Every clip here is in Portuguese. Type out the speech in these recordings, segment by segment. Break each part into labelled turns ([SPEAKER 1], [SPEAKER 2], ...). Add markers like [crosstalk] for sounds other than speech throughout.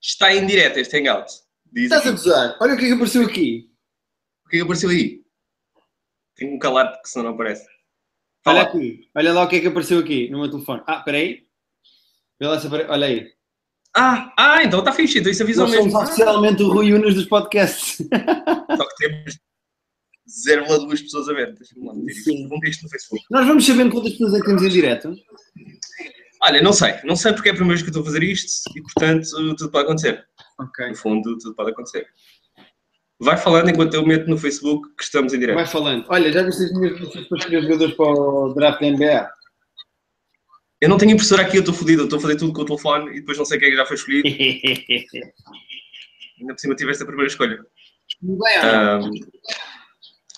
[SPEAKER 1] Está em direto este hangout. Diz
[SPEAKER 2] Estás a
[SPEAKER 1] aqui.
[SPEAKER 2] gozar? Olha o que é que apareceu aqui.
[SPEAKER 1] O que é que apareceu aí? Tenho que me calar que senão não aparece. Fala.
[SPEAKER 2] Olha aqui. Olha lá o que é que apareceu aqui no meu telefone. Ah, peraí. Vê lá se apare... Olha aí.
[SPEAKER 1] Ah, ah, então está fixe, então isso avisou
[SPEAKER 2] Nós
[SPEAKER 1] mesmo.
[SPEAKER 2] somos oficialmente o Rui Unas dos podcasts. [laughs]
[SPEAKER 1] Ah, Só que temos 0,2 pessoas a ver. Deixa-me lá meter isto.
[SPEAKER 2] Sim.
[SPEAKER 1] Vou meter isto no Facebook.
[SPEAKER 2] Nós vamos sabendo quantas pessoas é que temos em direto.
[SPEAKER 1] Olha, não sei, não sei porque é a primeira vez que eu estou a fazer isto e portanto tudo pode acontecer.
[SPEAKER 2] Ok.
[SPEAKER 1] No fundo, tudo pode acontecer. Vai falando enquanto eu meto no Facebook que estamos em direto.
[SPEAKER 2] Vai falando. Olha, já viste as minhas notícias para escolher jogadores para o draft da NBA? [laughs]
[SPEAKER 1] Eu não tenho impressora aqui, eu estou fodido, eu estou a fazer tudo com o telefone e depois não sei quem é que já foi escolhido. Ainda por cima tive esta primeira escolha.
[SPEAKER 2] Não vai, olha.
[SPEAKER 1] Ahm,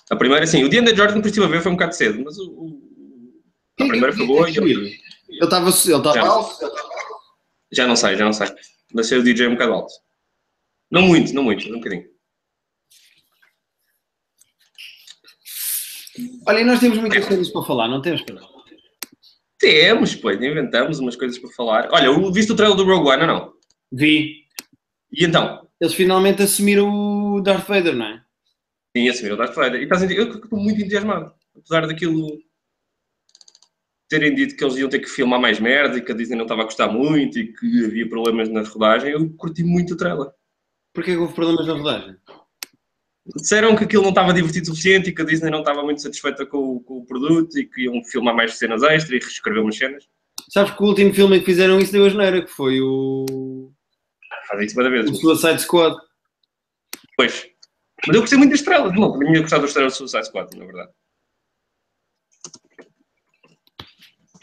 [SPEAKER 1] a primeira, sim, o DeAndre Jordan, por estive a ver, foi um bocado cedo, mas o- o- a
[SPEAKER 2] Quem é que-
[SPEAKER 1] primeira foi
[SPEAKER 2] quem é
[SPEAKER 1] boa
[SPEAKER 2] que
[SPEAKER 1] e
[SPEAKER 2] escolheu?
[SPEAKER 1] eu-
[SPEAKER 2] Ele estava. Ele
[SPEAKER 1] Já.
[SPEAKER 2] estava.
[SPEAKER 1] já não sei, já não sei. Deixei o DJ um bocado alto. Não muito, não muito, um bocadinho.
[SPEAKER 2] Olha, e nós temos muitas coisas para falar, não temos? Pedro?
[SPEAKER 1] Temos, pois, inventamos umas coisas para falar. Olha, o- viste o trailer do Rogue One ou não?
[SPEAKER 2] Vi.
[SPEAKER 1] E então?
[SPEAKER 2] Eles finalmente assumiram o Darth Vader, não é?
[SPEAKER 1] Sim, assumiram o Darth Vader. E estás a dizer- eu estou muito entusiasmado. Apesar daquilo terem dito que eles iam ter que filmar mais merda e que a Disney não estava a gostar muito e que havia problemas na rodagem, eu curti muito o trailer.
[SPEAKER 2] Porquê que houve problemas na rodagem?
[SPEAKER 1] Disseram que aquilo não estava divertido o suficiente e que a Disney não estava muito satisfeita com, o- com o produto e que iam filmar mais cenas extra e reescrever umas cenas.
[SPEAKER 2] Sabes que o último filme em que fizeram isso deu a geneira, que foi o,
[SPEAKER 1] Fazem isso cada vez.
[SPEAKER 2] o Suicide Squad.
[SPEAKER 1] Pois. Mas eu gostei muito das estrelas. Não, também tinha gostado das estrelas do Suicide Squad, na verdade.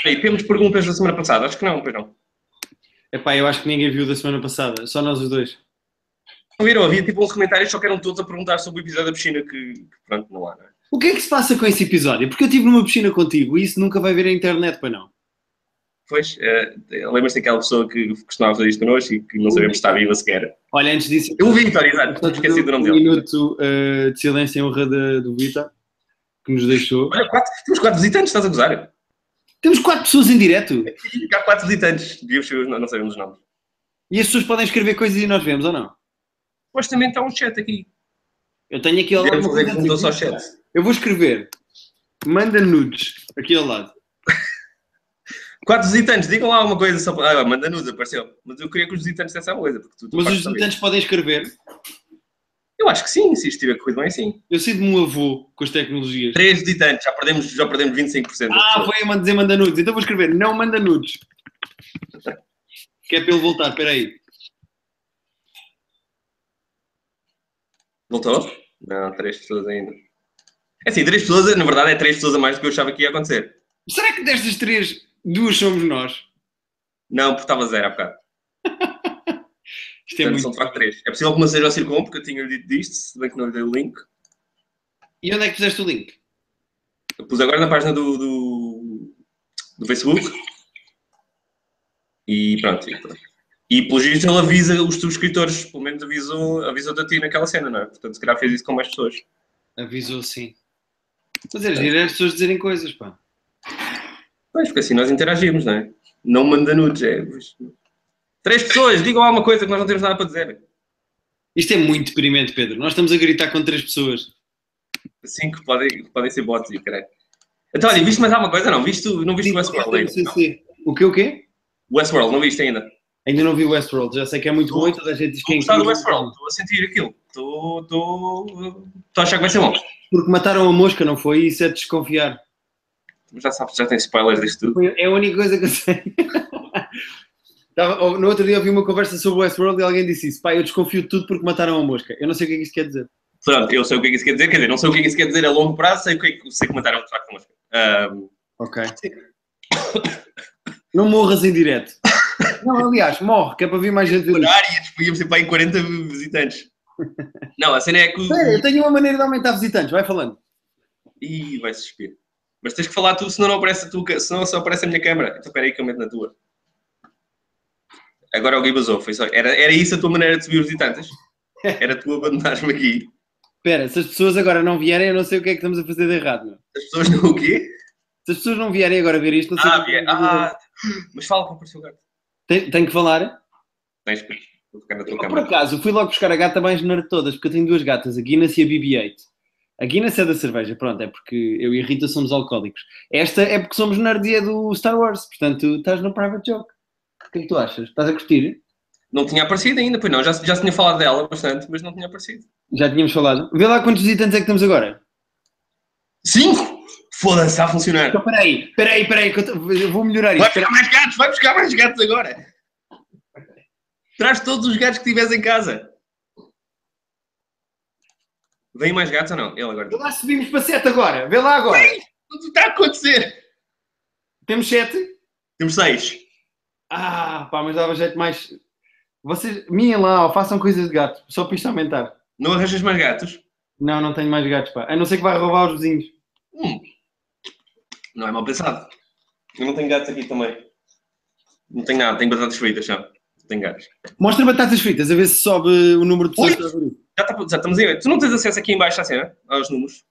[SPEAKER 1] E temos perguntas da semana passada? Acho que não, pois não.
[SPEAKER 2] Epá, eu acho que ninguém viu da semana passada, só nós os dois.
[SPEAKER 1] Não viram? Havia tipo uns comentários, só que eram todos a perguntar sobre o episódio da piscina, que, que pronto, não há, não é?
[SPEAKER 2] O que é que se passa com esse episódio? Porque eu estive numa piscina contigo e isso nunca vai ver a internet, para não.
[SPEAKER 1] Pois, eh, lembras-te daquela pessoa que costumava fazer isto connosco e que não sabemos se está viva sequer.
[SPEAKER 2] Olha, antes disso,
[SPEAKER 1] Eu tá, o Vitor, exato, tinha esquecido o nome
[SPEAKER 2] um
[SPEAKER 1] dele.
[SPEAKER 2] minuto eh, de silêncio em honra da- do Vitor, que nos deixou.
[SPEAKER 1] Olha, quatro, temos quatro visitantes, estás a gozar?
[SPEAKER 2] Temos quatro pessoas em direto
[SPEAKER 1] Há quatro visitantes, devíamos saber, os no- não sabemos os nomes.
[SPEAKER 2] e as pessoas podem escrever coisas e nós vemos, ou não?
[SPEAKER 1] Supostamente há um chat aqui.
[SPEAKER 2] Eu tenho aqui ao lado.
[SPEAKER 1] Devíamos
[SPEAKER 2] uma
[SPEAKER 1] fazer
[SPEAKER 2] Então, coisa
[SPEAKER 1] que mudou só o
[SPEAKER 2] assim.
[SPEAKER 1] chat.
[SPEAKER 2] Eu vou escrever. Manda nudes aqui ao lado.
[SPEAKER 1] Quatro visitantes, digam lá alguma coisa. Só... para- Ah, manda-nos, apareceu. Mas eu queria que os visitantes dessem alguma coisa. Porque tu, tu
[SPEAKER 2] Mas os
[SPEAKER 1] fazes saber.
[SPEAKER 2] visitantes podem escrever.
[SPEAKER 1] Eu acho que sim, se isto tiver corrido bem, sim.
[SPEAKER 2] Eu sinto-me um avô com as tecnologias.
[SPEAKER 1] Três visitantes, já perdemos, já perdemos 25%. das
[SPEAKER 2] Ah,
[SPEAKER 1] pessoas.
[SPEAKER 2] foi a dizer manda nudes. Então vou escrever, não manda nudes. Que é para ele voltar, espera aí.
[SPEAKER 1] Voltou? Não, três pessoas ainda. É assim, três pessoas, na verdade, é três pessoas a mais do que eu achava que ia acontecer.
[SPEAKER 2] Será que destas três, duas somos nós?
[SPEAKER 1] Não, porque estava zero há bocado.
[SPEAKER 2] Isto é
[SPEAKER 1] Portanto, são
[SPEAKER 2] muito.
[SPEAKER 1] de facto três. É possível que uma seja o Circom, porque eu tinha-lhe dito disto, se bem que não lhe dei o link.
[SPEAKER 2] E onde é que puseste o link?
[SPEAKER 1] Eu pus agora na página do, do, do Facebook. E pronto. E, pronto. e pelo visto ele avisa os subscritores, pelo menos avisou, avisou a ti naquela cena, não é? Portanto, se calhar fez isso com mais pessoas.
[SPEAKER 2] Avisou sim. Mas era giro é as pessoas dizerem coisas, pá.
[SPEAKER 1] Pois, porque assim nós interagimos, não é? Não manda nudes, é. pois. Três pessoas, digam alguma coisa que nós não temos nada para dizer.
[SPEAKER 2] Isto é muito deprimente, Pedro. Nós estamos a gritar com três pessoas.
[SPEAKER 1] Assim que podem, podem ser bots e o caralho. Então, olha, viste mais alguma coisa? Não, viste, não viste o Westworld ainda?
[SPEAKER 2] Sim, sim. O que o quê?
[SPEAKER 1] Westworld, não viste ainda?
[SPEAKER 2] Ainda não vi Westworld, já sei que é muito bom e toda a gente diz que é
[SPEAKER 1] Estou a gostar do
[SPEAKER 2] incrível.
[SPEAKER 1] Westworld, estou a sentir aquilo. Estou, estou, estou a achar que vai ser bom.
[SPEAKER 2] Porque mataram a mosca, não foi? E Isso é de desconfiar.
[SPEAKER 1] Mas Já sabes, já tem spoilers disto tudo.
[SPEAKER 2] Foi- É a única coisa que eu sei. [laughs] Tava- ou- no outro dia ouvi uma conversa sobre o Westworld e alguém disse isso. Pá, eu desconfio de tudo porque mataram a mosca. Eu não sei o que é que isso quer dizer.
[SPEAKER 1] Pronto, eu sei o que é que isso quer dizer, quer dizer, não sei o que é que isso quer dizer a longo prazo, sei, o que é que, sei que mataram de facto a mosca. Ahm,
[SPEAKER 2] Ok. [coughs] Não morras em [coughs] direto. Não, aliás, morre, que é para vir mais gente ver. isso.
[SPEAKER 1] podíamos ter para aí 40 visitantes. [laughs] Não, a cena é que. o-
[SPEAKER 2] Espera, eu tenho uma maneira de aumentar visitantes, vai falando.
[SPEAKER 1] Ih, vai-se despir. Mas tens que falar tu, senão não aparece a tua, ca- senão só aparece a minha câmara. Então espera aí que eu meto na tua. Agora alguém basou, foi só. Era, era isso a tua maneira de subir os visitantes? Era tu abandonares-me aqui.
[SPEAKER 2] Espera, se as pessoas agora não vierem, eu não sei o que é que estamos a fazer de errado. Meu.
[SPEAKER 1] As pessoas não o quê?
[SPEAKER 2] Se as pessoas não vierem agora ver isto, não sei
[SPEAKER 1] Ah,
[SPEAKER 2] o que é que
[SPEAKER 1] vier-
[SPEAKER 2] estamos a fazer de errado.
[SPEAKER 1] ah, mas fala para apareceu o gato.
[SPEAKER 2] Tenho, tenho que falar?
[SPEAKER 1] Tens que. Vou tocar na tua
[SPEAKER 2] Eu, por
[SPEAKER 1] câmara.
[SPEAKER 2] acaso, fui logo buscar a gata mais nerd de todas, porque eu tenho duas gatas, a Guinness e a BB-8. A Guinness é da cerveja, pronto, é porque eu e a Rita somos alcoólicos. Esta é porque somos nerd e é do Star Wars, portanto estás no private joke. O que é que tu achas? Estás a curtir?
[SPEAKER 1] Não tinha aparecido ainda, pois não. Já, já se tinha falado dela bastante, mas não tinha aparecido.
[SPEAKER 2] Já tínhamos falado. Vê lá quantos visitantes é que temos agora.
[SPEAKER 1] Cinco! Foda-se, está a funcionar.
[SPEAKER 2] Então, peraí, peraí, peraí, que eu, tô- eu vou melhorar isto.
[SPEAKER 1] Vai buscar mais gatos, vai buscar mais gatos agora. Traz todos os gatos que tiveres em casa. Vem mais gatos ou não? Ele agora.
[SPEAKER 2] Vê lá se subimos para 7 agora, vê lá agora.
[SPEAKER 1] Tudo está a acontecer.
[SPEAKER 2] Temos 7?
[SPEAKER 1] Temos seis.
[SPEAKER 2] Ah, pá, mas dava jeito mais. Vocês, minha lá, ó, façam coisas de gato, só para isto aumentar.
[SPEAKER 1] Não arranjas mais gatos?
[SPEAKER 2] Não, não tenho mais gatos, pá. A não ser que vá roubar os vizinhos.
[SPEAKER 1] Hum. Não é mal pensado. Eu não tenho gatos aqui também. Não tenho nada, tenho batatas fritas já. Não tenho gatos.
[SPEAKER 2] Mostra batatas fritas, a ver se sobe o número de pessoas.
[SPEAKER 1] Oito.
[SPEAKER 2] que estão a ver isso.
[SPEAKER 1] Já, tá- já estamos aí. Tu não tens acesso aqui em baixo à cena? Aos números?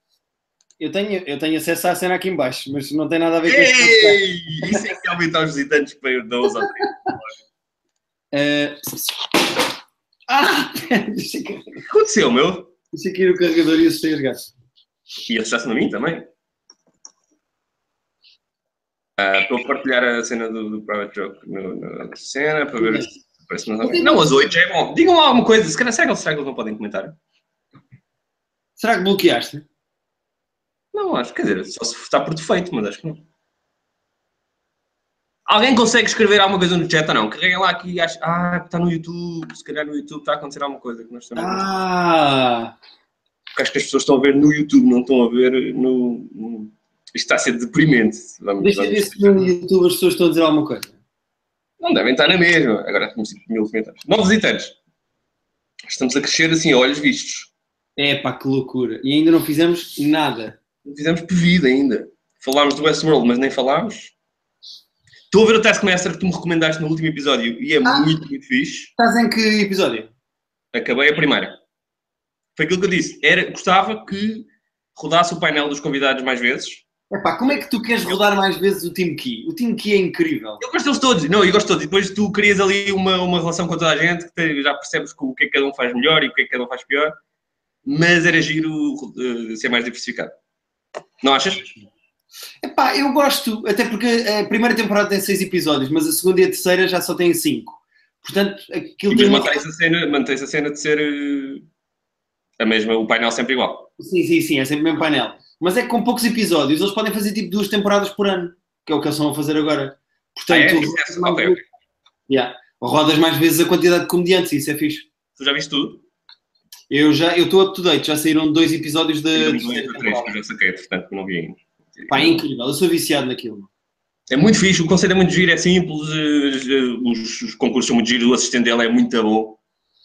[SPEAKER 2] Eu tenho, eu tenho acesso à cena aqui em baixo, mas não tem nada a ver com este podcast.
[SPEAKER 1] Ei! Isso é que aumentar os visitantes para eu dar os outros.
[SPEAKER 2] Eh, Ah! [laughs] Deixa cair-
[SPEAKER 1] O que aconteceu, meu?
[SPEAKER 2] deixa cair o carregador e assustei os gatos.
[SPEAKER 1] E assustaste-me a mim também. Ah, para eu partilhar a cena do, do Private Joke no- na cena, para ver se parece mais alguém. Não, as 8 já é bom. Digam lá alguma coisa. Se calhar, será que eles, será que eles não podem comentar?
[SPEAKER 2] Será que bloqueaste?
[SPEAKER 1] Não, acho. Quer dizer, só se está por defeito, mas acho que não. Alguém consegue escrever alguma coisa no chat ou não? Carreguem lá aqui. Acho, ah, está no YouTube. Se calhar no YouTube está a acontecer alguma coisa que nós estamos a ver.
[SPEAKER 2] Ah!
[SPEAKER 1] Porque acho que as pessoas estão a ver no YouTube, não estão a ver no... no- Isto está a ser deprimente. Vamos-
[SPEAKER 2] Deixa eu
[SPEAKER 1] vamos-
[SPEAKER 2] ver se no YouTube as pessoas estão a dizer alguma coisa.
[SPEAKER 1] Não devem estar na mesma. Agora temos 5 mil comentários. Não visitantes. Estamos a crescer assim, a olhos vistos.
[SPEAKER 2] É pá, que loucura. E ainda não fizemos nada.
[SPEAKER 1] Não fizemos pedido ainda. Falámos do Westworld, mas nem falámos. Estou a ver o Taskmaster que tu me recomendaste no último episódio e é
[SPEAKER 2] Ah.
[SPEAKER 1] muito, muito fixe.
[SPEAKER 2] Estás em que episódio?
[SPEAKER 1] Acabei a primeira. Foi aquilo que eu disse. Era, gostava que rodasse o painel dos convidados mais vezes.
[SPEAKER 2] Epá, como é que tu queres rodar mais vezes o Team Key? O Team Key é incrível.
[SPEAKER 1] Eu gosto deles todos. Não, eu gosto de todos. E depois tu crias ali uma, uma relação com toda a gente, que te- já percebes com o que é que cada um faz melhor e o que é que cada um faz pior. Mas era giro eh, ser mais diversificado. Não achas?
[SPEAKER 2] Epá, eu gosto, até porque a primeira temporada tem seis episódios, mas a segunda e a terceira já só têm cinco. Portanto, aquilo
[SPEAKER 1] E assim-
[SPEAKER 2] tem
[SPEAKER 1] mas
[SPEAKER 2] uma...
[SPEAKER 1] mantens a cena, mantens a cena de ser eh, a mesma, o painel sempre igual.
[SPEAKER 2] Sim, sim, sim, é sempre o mesmo painel. Mas é que com poucos episódios eles podem fazer tipo duas temporadas por ano, que é o que eles estão a fazer agora.
[SPEAKER 1] Ah, é?
[SPEAKER 2] Portanto, tu
[SPEAKER 1] Isso é-
[SPEAKER 2] mais
[SPEAKER 1] [laughs] ok,
[SPEAKER 2] vezes-
[SPEAKER 1] ok.
[SPEAKER 2] Yeah. rodas mais vezes a quantidade de comediantes, e isso é fixe.
[SPEAKER 1] Tu já viste tudo?
[SPEAKER 2] Eu já eu estou up to date, já saíram dois episódios da
[SPEAKER 1] Eu vi dois
[SPEAKER 2] terceira
[SPEAKER 1] ou três que
[SPEAKER 2] temporada.
[SPEAKER 1] eu já saquei, portanto, que não vi ainda.
[SPEAKER 2] Eh, Pá, é incrível, eu sou viciado naquilo.
[SPEAKER 1] É muito fixe, o conceito é muito giro, é simples, eh, eh, os, os concursos são muito giro, o assistente dela é muito bom,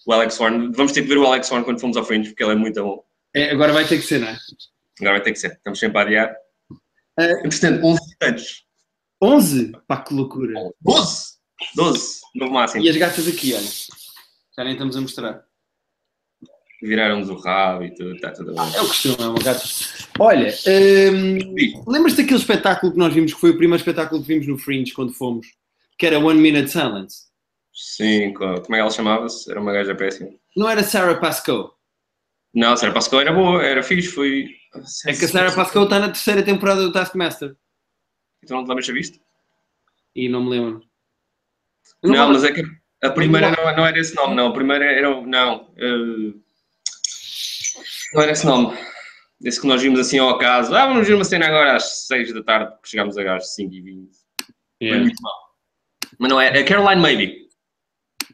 [SPEAKER 1] o Alex Horn. Vamos ter que ver o Alex Horn quando formos ao Fringe, porque ele é muito bom.
[SPEAKER 2] É, agora vai ter que ser, não é?
[SPEAKER 1] Agora vai ter que ser, estamos sempre a adiar.
[SPEAKER 2] É.
[SPEAKER 1] Entretanto, 11 visitantes.
[SPEAKER 2] 11? Pá, que loucura.
[SPEAKER 1] 12! 12, no máximo.
[SPEAKER 2] E as gatas aqui, olha. Já nem estamos a mostrar.
[SPEAKER 1] Viraram-nos o rabo e tudo, está tudo bem.
[SPEAKER 2] É o costume, é uma gata. Olha, hum,
[SPEAKER 1] Sim.
[SPEAKER 2] lembras-te daquele espetáculo que nós vimos, que foi o primeiro espetáculo que vimos no Fringe quando fomos, que era One Minute Silence?
[SPEAKER 1] Sim, co- como é que ela chamava-se? Era uma gaja péssima.
[SPEAKER 2] Não era Sarah Pascoe?
[SPEAKER 1] Não, a Sarah Pascoal era boa, era fixe, foi...
[SPEAKER 2] É que a Sarah Pascoe está na terceira temporada do Taskmaster.
[SPEAKER 1] Então não te lembras de ter visto?
[SPEAKER 2] E não me lembro. Eu
[SPEAKER 1] Não,
[SPEAKER 2] não lembro.
[SPEAKER 1] mas é que a primeira não, não era esse nome, não. A primeira era... o- Não. eh, Não era esse nome. Esse que nós vimos assim ao acaso. Ah, vamos ver uma cena agora às 6 da tarde, porque chegámos agora às 5h20. Foi
[SPEAKER 2] Yeah.
[SPEAKER 1] muito mal. Mas não é, é Caroline Maybe.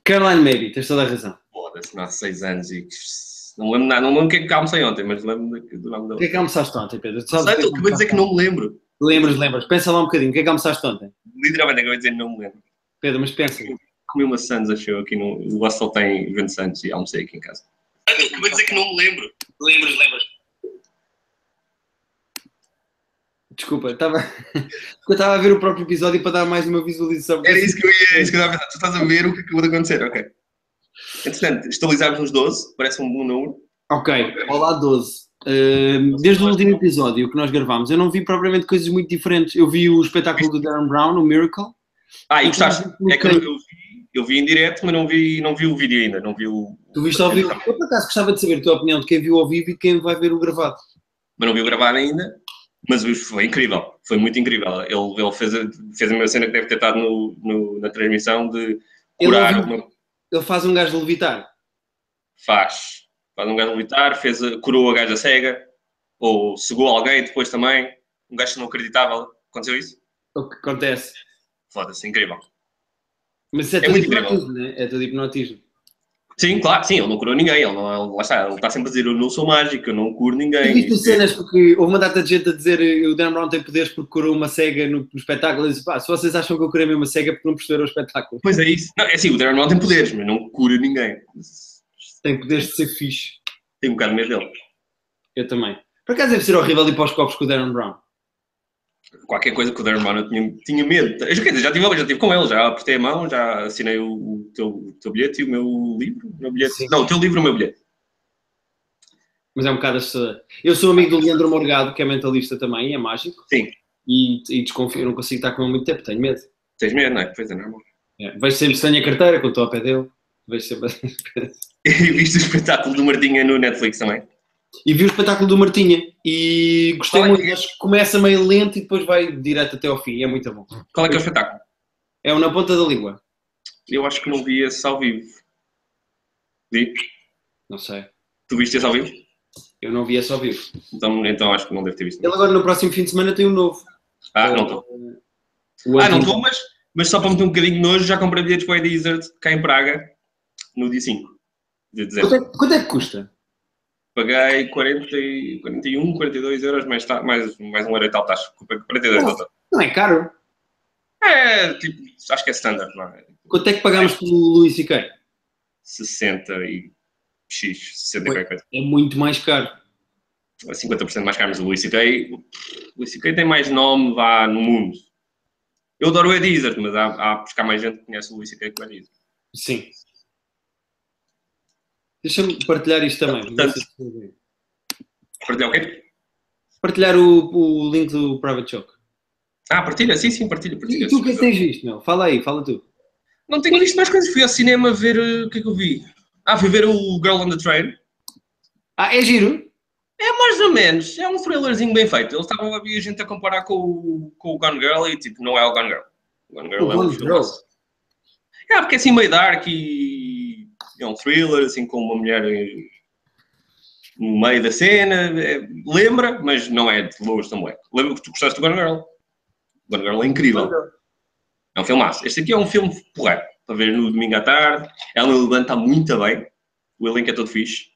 [SPEAKER 2] Caroline Maybe, tens toda a razão.
[SPEAKER 1] Foda-se, não há seis anos e que- não lembro nada, não lembro o que é que almocei ontem, mas lembro do- do nome
[SPEAKER 2] O
[SPEAKER 1] dele.
[SPEAKER 2] que é que almoçaste ontem, Pedro? Tu sabes o
[SPEAKER 1] Sabe,
[SPEAKER 2] que é
[SPEAKER 1] eu
[SPEAKER 2] que
[SPEAKER 1] acabei de dizer que não me lembro.
[SPEAKER 2] Lembras, lembras. Pensa lá um bocadinho. O que é que almoçaste ontem?
[SPEAKER 1] Literalmente acabei de dizer que não me lembro.
[SPEAKER 2] Pedro, mas pensa.
[SPEAKER 1] Comi uma Sands, achei eu, aqui no. O hostel tem evento Sands e almocei aqui em casa. Eu acabei de dizer que não me lembro.
[SPEAKER 2] Lembras, lembras. Desculpa, estava. [laughs] eu estava a ver o próprio episódio para dar mais uma visualização.
[SPEAKER 1] Era isso que eu ia, era isso que eu estava a pensar. Tu estás a ver o que acabou de acontecer, ok. Entretanto, estabilizámos nos 12, parece um bom número.
[SPEAKER 2] Ok, olá 12. Ahm, desde o último episódio que nós gravámos, eu não vi propriamente coisas muito diferentes. Eu vi o espetáculo do Darren Brown, o Miracle.
[SPEAKER 1] Ah, e gostaste? É que eu, eu vi Eu vi em direto, mas não vi, não vi o vídeo ainda. Não vi o,
[SPEAKER 2] Tu viste ao vivo? Eu por acaso gostava de saber a tua opinião de quem viu ao vivo e de quem vai ver o gravado.
[SPEAKER 1] mas não vi o gravar ainda. Mas foi incrível, foi muito incrível. Ele, ele fez, a, fez a mesma cena que deve ter estado no, no- na transmissão de
[SPEAKER 2] Ele
[SPEAKER 1] curar
[SPEAKER 2] ouviu-
[SPEAKER 1] uma.
[SPEAKER 2] Ele faz um gajo levitar.
[SPEAKER 1] Faz. Faz um gajo militar, fez, a- curou a gaja cega, ou cegou alguém depois também. Um gajo não acreditava. Aconteceu isso?
[SPEAKER 2] O que acontece?
[SPEAKER 1] Foda-se, incrível.
[SPEAKER 2] Mas isso é,
[SPEAKER 1] É
[SPEAKER 2] tudo
[SPEAKER 1] muito incrível.
[SPEAKER 2] hipnotismo, né? É tudo hipnotismo.
[SPEAKER 1] Sim, claro, sim, ele não curou ninguém. Ele, não, ele- lá está, ele está sempre a dizer: Eu não sou mágico, eu não curo ninguém.
[SPEAKER 2] Tu viste cenas porque houve uma data de gente a dizer eh, o Dan Brown tem poderes porque curou uma cega no, no espetáculo. Eu disse, pá, se vocês acham que eu curei mesmo uma cega porque não perceberam o espetáculo.
[SPEAKER 1] Pois é isso. Não, é assim, o Darren Brown tem poderes, mas não cura ninguém.
[SPEAKER 2] Tem poderes de ser fixe.
[SPEAKER 1] Tem um bocado medo dele.
[SPEAKER 2] Eu também. Por acaso deve ser horrível ir para os copos com o Darren Brown.
[SPEAKER 1] qualquer coisa que o Darren Brown eu tinha, tinha medo. Eu, quer dizer, já tive, já tive com ele, já apertei a mão, já assinei o, o teu, o teu bilhete e o meu livro. O meu bilhete.
[SPEAKER 2] Sim.
[SPEAKER 1] Não, o teu livro e o meu bilhete.
[SPEAKER 2] Mas é um bocado assustador. Eu sou amigo do Leandro Morgado, que é mentalista também, é mágico.
[SPEAKER 1] Sim.
[SPEAKER 2] E, e desconfio, eu não consigo estar com ele muito tempo, tenho medo.
[SPEAKER 1] Tens medo, não é? Pois é, normal. [laughs]
[SPEAKER 2] É. Vejo sempre se tenho a carteira, quando estou ao pé dele. Vejo sempre...
[SPEAKER 1] E viste o espetáculo do Martinha no Netflix também?
[SPEAKER 2] E vi o espetáculo do Martinha e gostei
[SPEAKER 1] Qual é
[SPEAKER 2] muito.
[SPEAKER 1] que é?
[SPEAKER 2] Acho que começa meio lento e depois vai direto até ao fim. É muito bom.
[SPEAKER 1] Qual é que é o espetáculo?
[SPEAKER 2] É o na ponta da língua.
[SPEAKER 1] Eu acho que não vi esse ao vivo. Vi?
[SPEAKER 2] Não sei.
[SPEAKER 1] Tu viste esse ao vivo?
[SPEAKER 2] Eu não vi esse ao vivo.
[SPEAKER 1] Então, então acho que não deve ter visto.
[SPEAKER 2] Ele agora no próximo fim de semana tem um novo.
[SPEAKER 1] Ah, não estou.
[SPEAKER 2] O
[SPEAKER 1] Ah, não
[SPEAKER 2] Anthony-
[SPEAKER 1] estou, mas, mas só para meter um bocadinho de nojo, já comprei bilhetes para o Desert cá em Praga no dia 5 de dezembro.
[SPEAKER 2] Quanto é, quanto é que custa?
[SPEAKER 1] Paguei 40, e- 41, 42 euros, mais, ta- mais, mais um euro e tal taxa. 42
[SPEAKER 2] Oh.
[SPEAKER 1] euros.
[SPEAKER 2] Não é caro.
[SPEAKER 1] É, tipo, acho que é standard, não é?
[SPEAKER 2] Quanto é que pagámos pelo Luís e quem?
[SPEAKER 1] 60 e X, 60 e
[SPEAKER 2] Oi.
[SPEAKER 1] qualquer coisa.
[SPEAKER 2] É muito mais caro.
[SPEAKER 1] 50% mais caro, mas o Luís C.K. O Luís C.K. tem mais nome vá no mundo. Eu adoro o Ed Izzard, mas há, há porque há mais gente que conhece o Luís C.K. que o Ed Izzard.
[SPEAKER 2] Sim. Deixa-me partilhar isto também. Não sei se vou ver.
[SPEAKER 1] Partilha o quê?
[SPEAKER 2] Partilhar o, o link do Private Shock.
[SPEAKER 1] Ah, partilha, sim, sim, partilha, partilha.
[SPEAKER 2] E tu o que é que tens visto, meu? Fala aí, fala tu.
[SPEAKER 1] Não tenho visto mais coisas, fui ao cinema ver uh, o que é que eu vi. Ah, fui ver o Girl on the Train.
[SPEAKER 2] Ah, é giro?
[SPEAKER 1] Mais ou menos, é um thrillerzinho bem feito. Eles estavam a ver a gente a comparar com, o- com o Gone Girl e tipo, não é o Gone Girl. O Gone Girl
[SPEAKER 2] O
[SPEAKER 1] é um
[SPEAKER 2] Gone
[SPEAKER 1] filme.
[SPEAKER 2] Girl.
[SPEAKER 1] É, porque é assim meio dark e é um thriller, assim com uma mulher eh, no meio da cena. É- lembra, mas não é de longe tão bem. Lembra que tu gostaste do Gone Girl? Gone Girl é incrível. É um filmaço. Este aqui é um filme porreiro, para ver no domingo à tarde. Ela Liliband está muito bem. O elenco é todo fixe.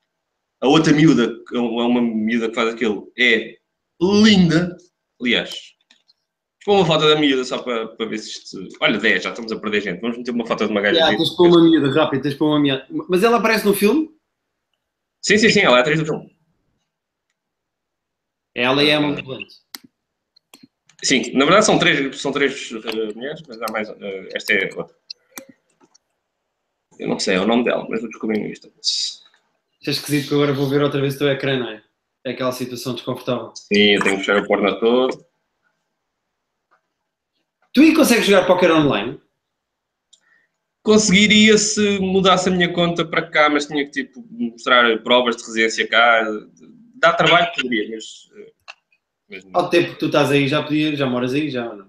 [SPEAKER 1] A outra miúda, que é uma miúda que faz aquilo, é linda. Aliás, pôr uma foto da miúda só para, para ver se isto... Olha, 10, já estamos a perder gente. Vamos meter uma foto de uma gaja.
[SPEAKER 2] Yeah,
[SPEAKER 1] bonita.
[SPEAKER 2] Ah, tens de pôr uma miúda, rápido, tens de pôr uma miúda. Mas ela aparece no filme?
[SPEAKER 1] Sim, sim, sim, ela é a atriz do filme.
[SPEAKER 2] Ela é muito grande.
[SPEAKER 1] Sim, na verdade são três, são três eh, mulheres, mas há mais. eh, esta é outra. Eu não sei é o nome dela, mas vou descobrir no Insta.
[SPEAKER 2] Isso é esquisito que agora vou ver outra vez o teu ecrã, não é? É aquela situação desconfortável.
[SPEAKER 1] Sim, eu tenho que fechar a porta toda.
[SPEAKER 2] Tu aí consegues jogar póquer online?
[SPEAKER 1] Conseguiria se mudasse a minha conta para cá, mas tinha que tipo, mostrar provas de residência cá. Dá trabalho, poderia, mas. eh, mas não.
[SPEAKER 2] Ao tempo que tu estás aí, já podias, já moras aí, já ou não?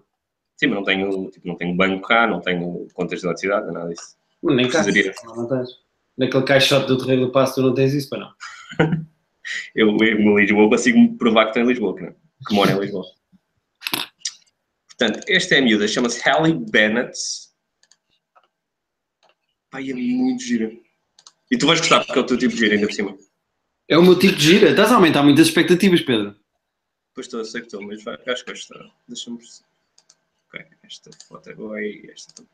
[SPEAKER 1] Sim, mas não tenho, tipo, não tenho banco cá, não tenho contas de eletricidade, nada disso.
[SPEAKER 2] Não, Nem cá,
[SPEAKER 1] Precisaria.
[SPEAKER 2] não, não tens. Naquele caixote do terreiro do passo, tu não tens isso, para não.
[SPEAKER 1] Eu, eu em Lisboa consigo provar que estou em Lisboa, que, não, que moro em Lisboa. Portanto, esta é a miúda, chama-se Hallie Bennett. Pai, é muito gira. E tu vais gostar, porque é o teu tipo de gira, ainda por cima.
[SPEAKER 2] É o meu tipo de gira. Estás a aumentar muitas expectativas, Pedro.
[SPEAKER 1] Pois estou, sei que estou, mas vai, acho que vai estar. Deixa-me ver. se- Ok, esta foto é boa e esta também.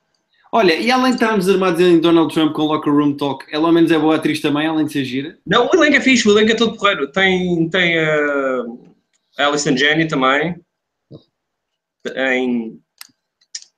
[SPEAKER 2] Olha, e além de estarmos armados em Donald Trump com Locker Room Talk, ela ao menos é boa atriz também, além de ser gira.
[SPEAKER 1] Não, o elenco é fixe, o elenco é todo porreiro. Tem, tem eh, a Alison Jenny também. Tem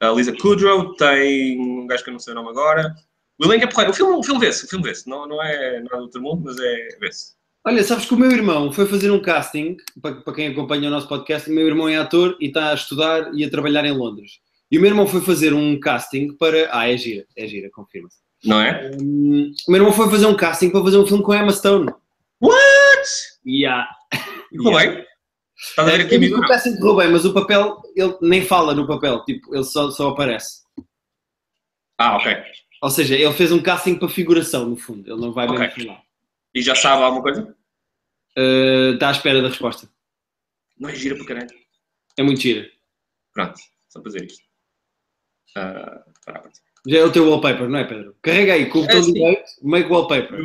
[SPEAKER 1] a Lisa Kudrow. Tem um gajo que eu não sei o nome agora. O elenco é porreiro. O filme, o filme vê-se, o filme vê-se. Não, não é nada do outro mundo, mas é vê-se.
[SPEAKER 2] Olha, sabes que o meu irmão foi fazer um casting, para, para quem acompanha o nosso podcast, o meu irmão é ator e está a estudar e a trabalhar em Londres. E o meu irmão foi fazer um casting para. Ah, é gira, é gira, confirma-se.
[SPEAKER 1] não é?
[SPEAKER 2] Hum, o meu irmão foi fazer um casting para fazer um filme com a Emma Stone.
[SPEAKER 1] What?
[SPEAKER 2] E há.
[SPEAKER 1] E correu bem? Estás a ver aqui a
[SPEAKER 2] Ele
[SPEAKER 1] misura?
[SPEAKER 2] não peça de roubo, mas É, o papel, ele nem fala no papel, tipo, ele só, só aparece.
[SPEAKER 1] Ah, ok.
[SPEAKER 2] Ou seja, ele fez um casting para figuração, no fundo, ele não vai mesmo
[SPEAKER 1] Ok.
[SPEAKER 2] falar.
[SPEAKER 1] E já sabe alguma coisa?
[SPEAKER 2] Uh, está à espera da resposta.
[SPEAKER 1] Não é gira para caralho.
[SPEAKER 2] É muito gira.
[SPEAKER 1] Pronto, só para dizer isto. Ah, para a parte.
[SPEAKER 2] Já é o teu wallpaper, não é, assim. Pedro? Carrega aí, com o botão
[SPEAKER 1] sim.
[SPEAKER 2] direito, make wallpaper.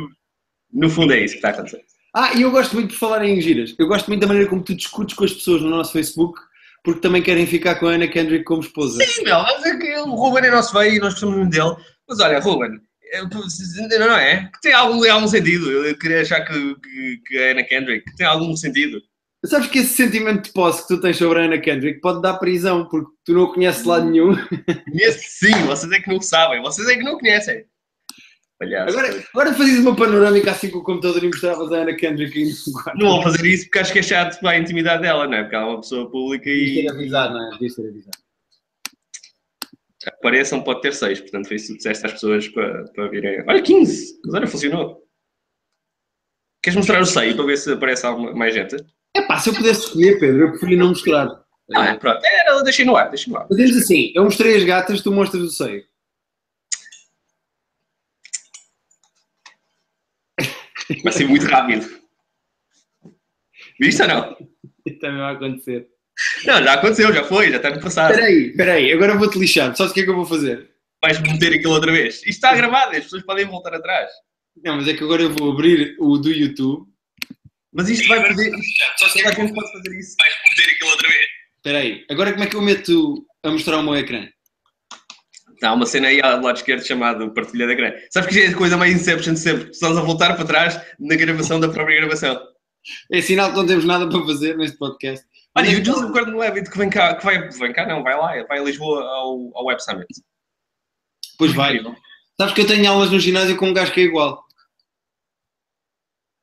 [SPEAKER 1] no fundo é isso que está a acontecer.
[SPEAKER 2] Ah, e eu gosto muito de falar em giras. Eu gosto muito da maneira como tu discutes com as pessoas no nosso Facebook, porque também querem ficar com a Ana Kendrick como esposa.
[SPEAKER 1] Sim, meu, mas é que o Ruben é nosso bem e nós gostamos muito dele. Mas olha, Ruben, é, tu- não é? Que tem algum, algum sentido. Eu queria achar que, que, que a Ana Kendrick tem algum sentido.
[SPEAKER 2] Sabes que esse sentimento de posse que tu tens sobre a Ana Kendrick pode dar prisão, porque tu não a conheces de lado nenhum.
[SPEAKER 1] Conheço sim, vocês é que não sabem, vocês é que não conhecem. Palhaço.
[SPEAKER 2] Agora, agora fazias uma panorâmica assim com o computador e mostravas a Ana Kendrick aí no quarto.
[SPEAKER 1] não vou fazer isso porque acho que é chato para a intimidade dela, não é? Porque ela é uma pessoa pública
[SPEAKER 2] Devias
[SPEAKER 1] e
[SPEAKER 2] ter avisado, não é? Devias ter avisado.
[SPEAKER 1] apareçam pode ter seis, portanto foi isso que disseste às pessoas para, para virem. Olha, 15! Mas olha, funcionou. Queres mostrar o seio para ver se aparece alguma, mais gente?
[SPEAKER 2] É pá, se eu pudesse escolher, Pedro, eu preferia não mostrar.
[SPEAKER 1] Ah, é, pronto. É, não, deixei no ar, deixei no ar.
[SPEAKER 2] Fazemos assim, eu mostrei as gatas, tu mostras o seio.
[SPEAKER 1] Vai ser muito rápido. Viste ou não?
[SPEAKER 2] Também vai acontecer.
[SPEAKER 1] Não, já aconteceu, já foi, já está no passado.
[SPEAKER 2] Espera aí, espera aí, agora vou-te lixar. Sabes o que é que eu vou fazer?
[SPEAKER 1] Vais meter aquilo outra vez. Isto está gravado, as pessoas podem voltar atrás.
[SPEAKER 2] Não, mas é que agora eu vou abrir o do YouTube.
[SPEAKER 1] Mas isto vai perder. Só se a gente pode fazer isso. Vais meter aquilo outra vez.
[SPEAKER 2] Espera aí, agora como é que eu meto a mostrar o meu ecrã?
[SPEAKER 1] Há Tá, uma cena aí ao lado esquerdo chamada Partilha da Grande. Sabes que já é a coisa mais Inception de sempre? Estás a voltar para trás na gravação da própria gravação.
[SPEAKER 2] É sinal que não temos nada para fazer neste podcast.
[SPEAKER 1] Olha, e o
[SPEAKER 2] Então,
[SPEAKER 1] Joseph Gordon Levitt que vem cá, que vai, vem cá, não, vai lá, vai a Lisboa ao, ao Web Summit.
[SPEAKER 2] Pois vai.
[SPEAKER 1] Incrível.
[SPEAKER 2] Sabes que eu tenho aulas no ginásio com um gajo que é igual.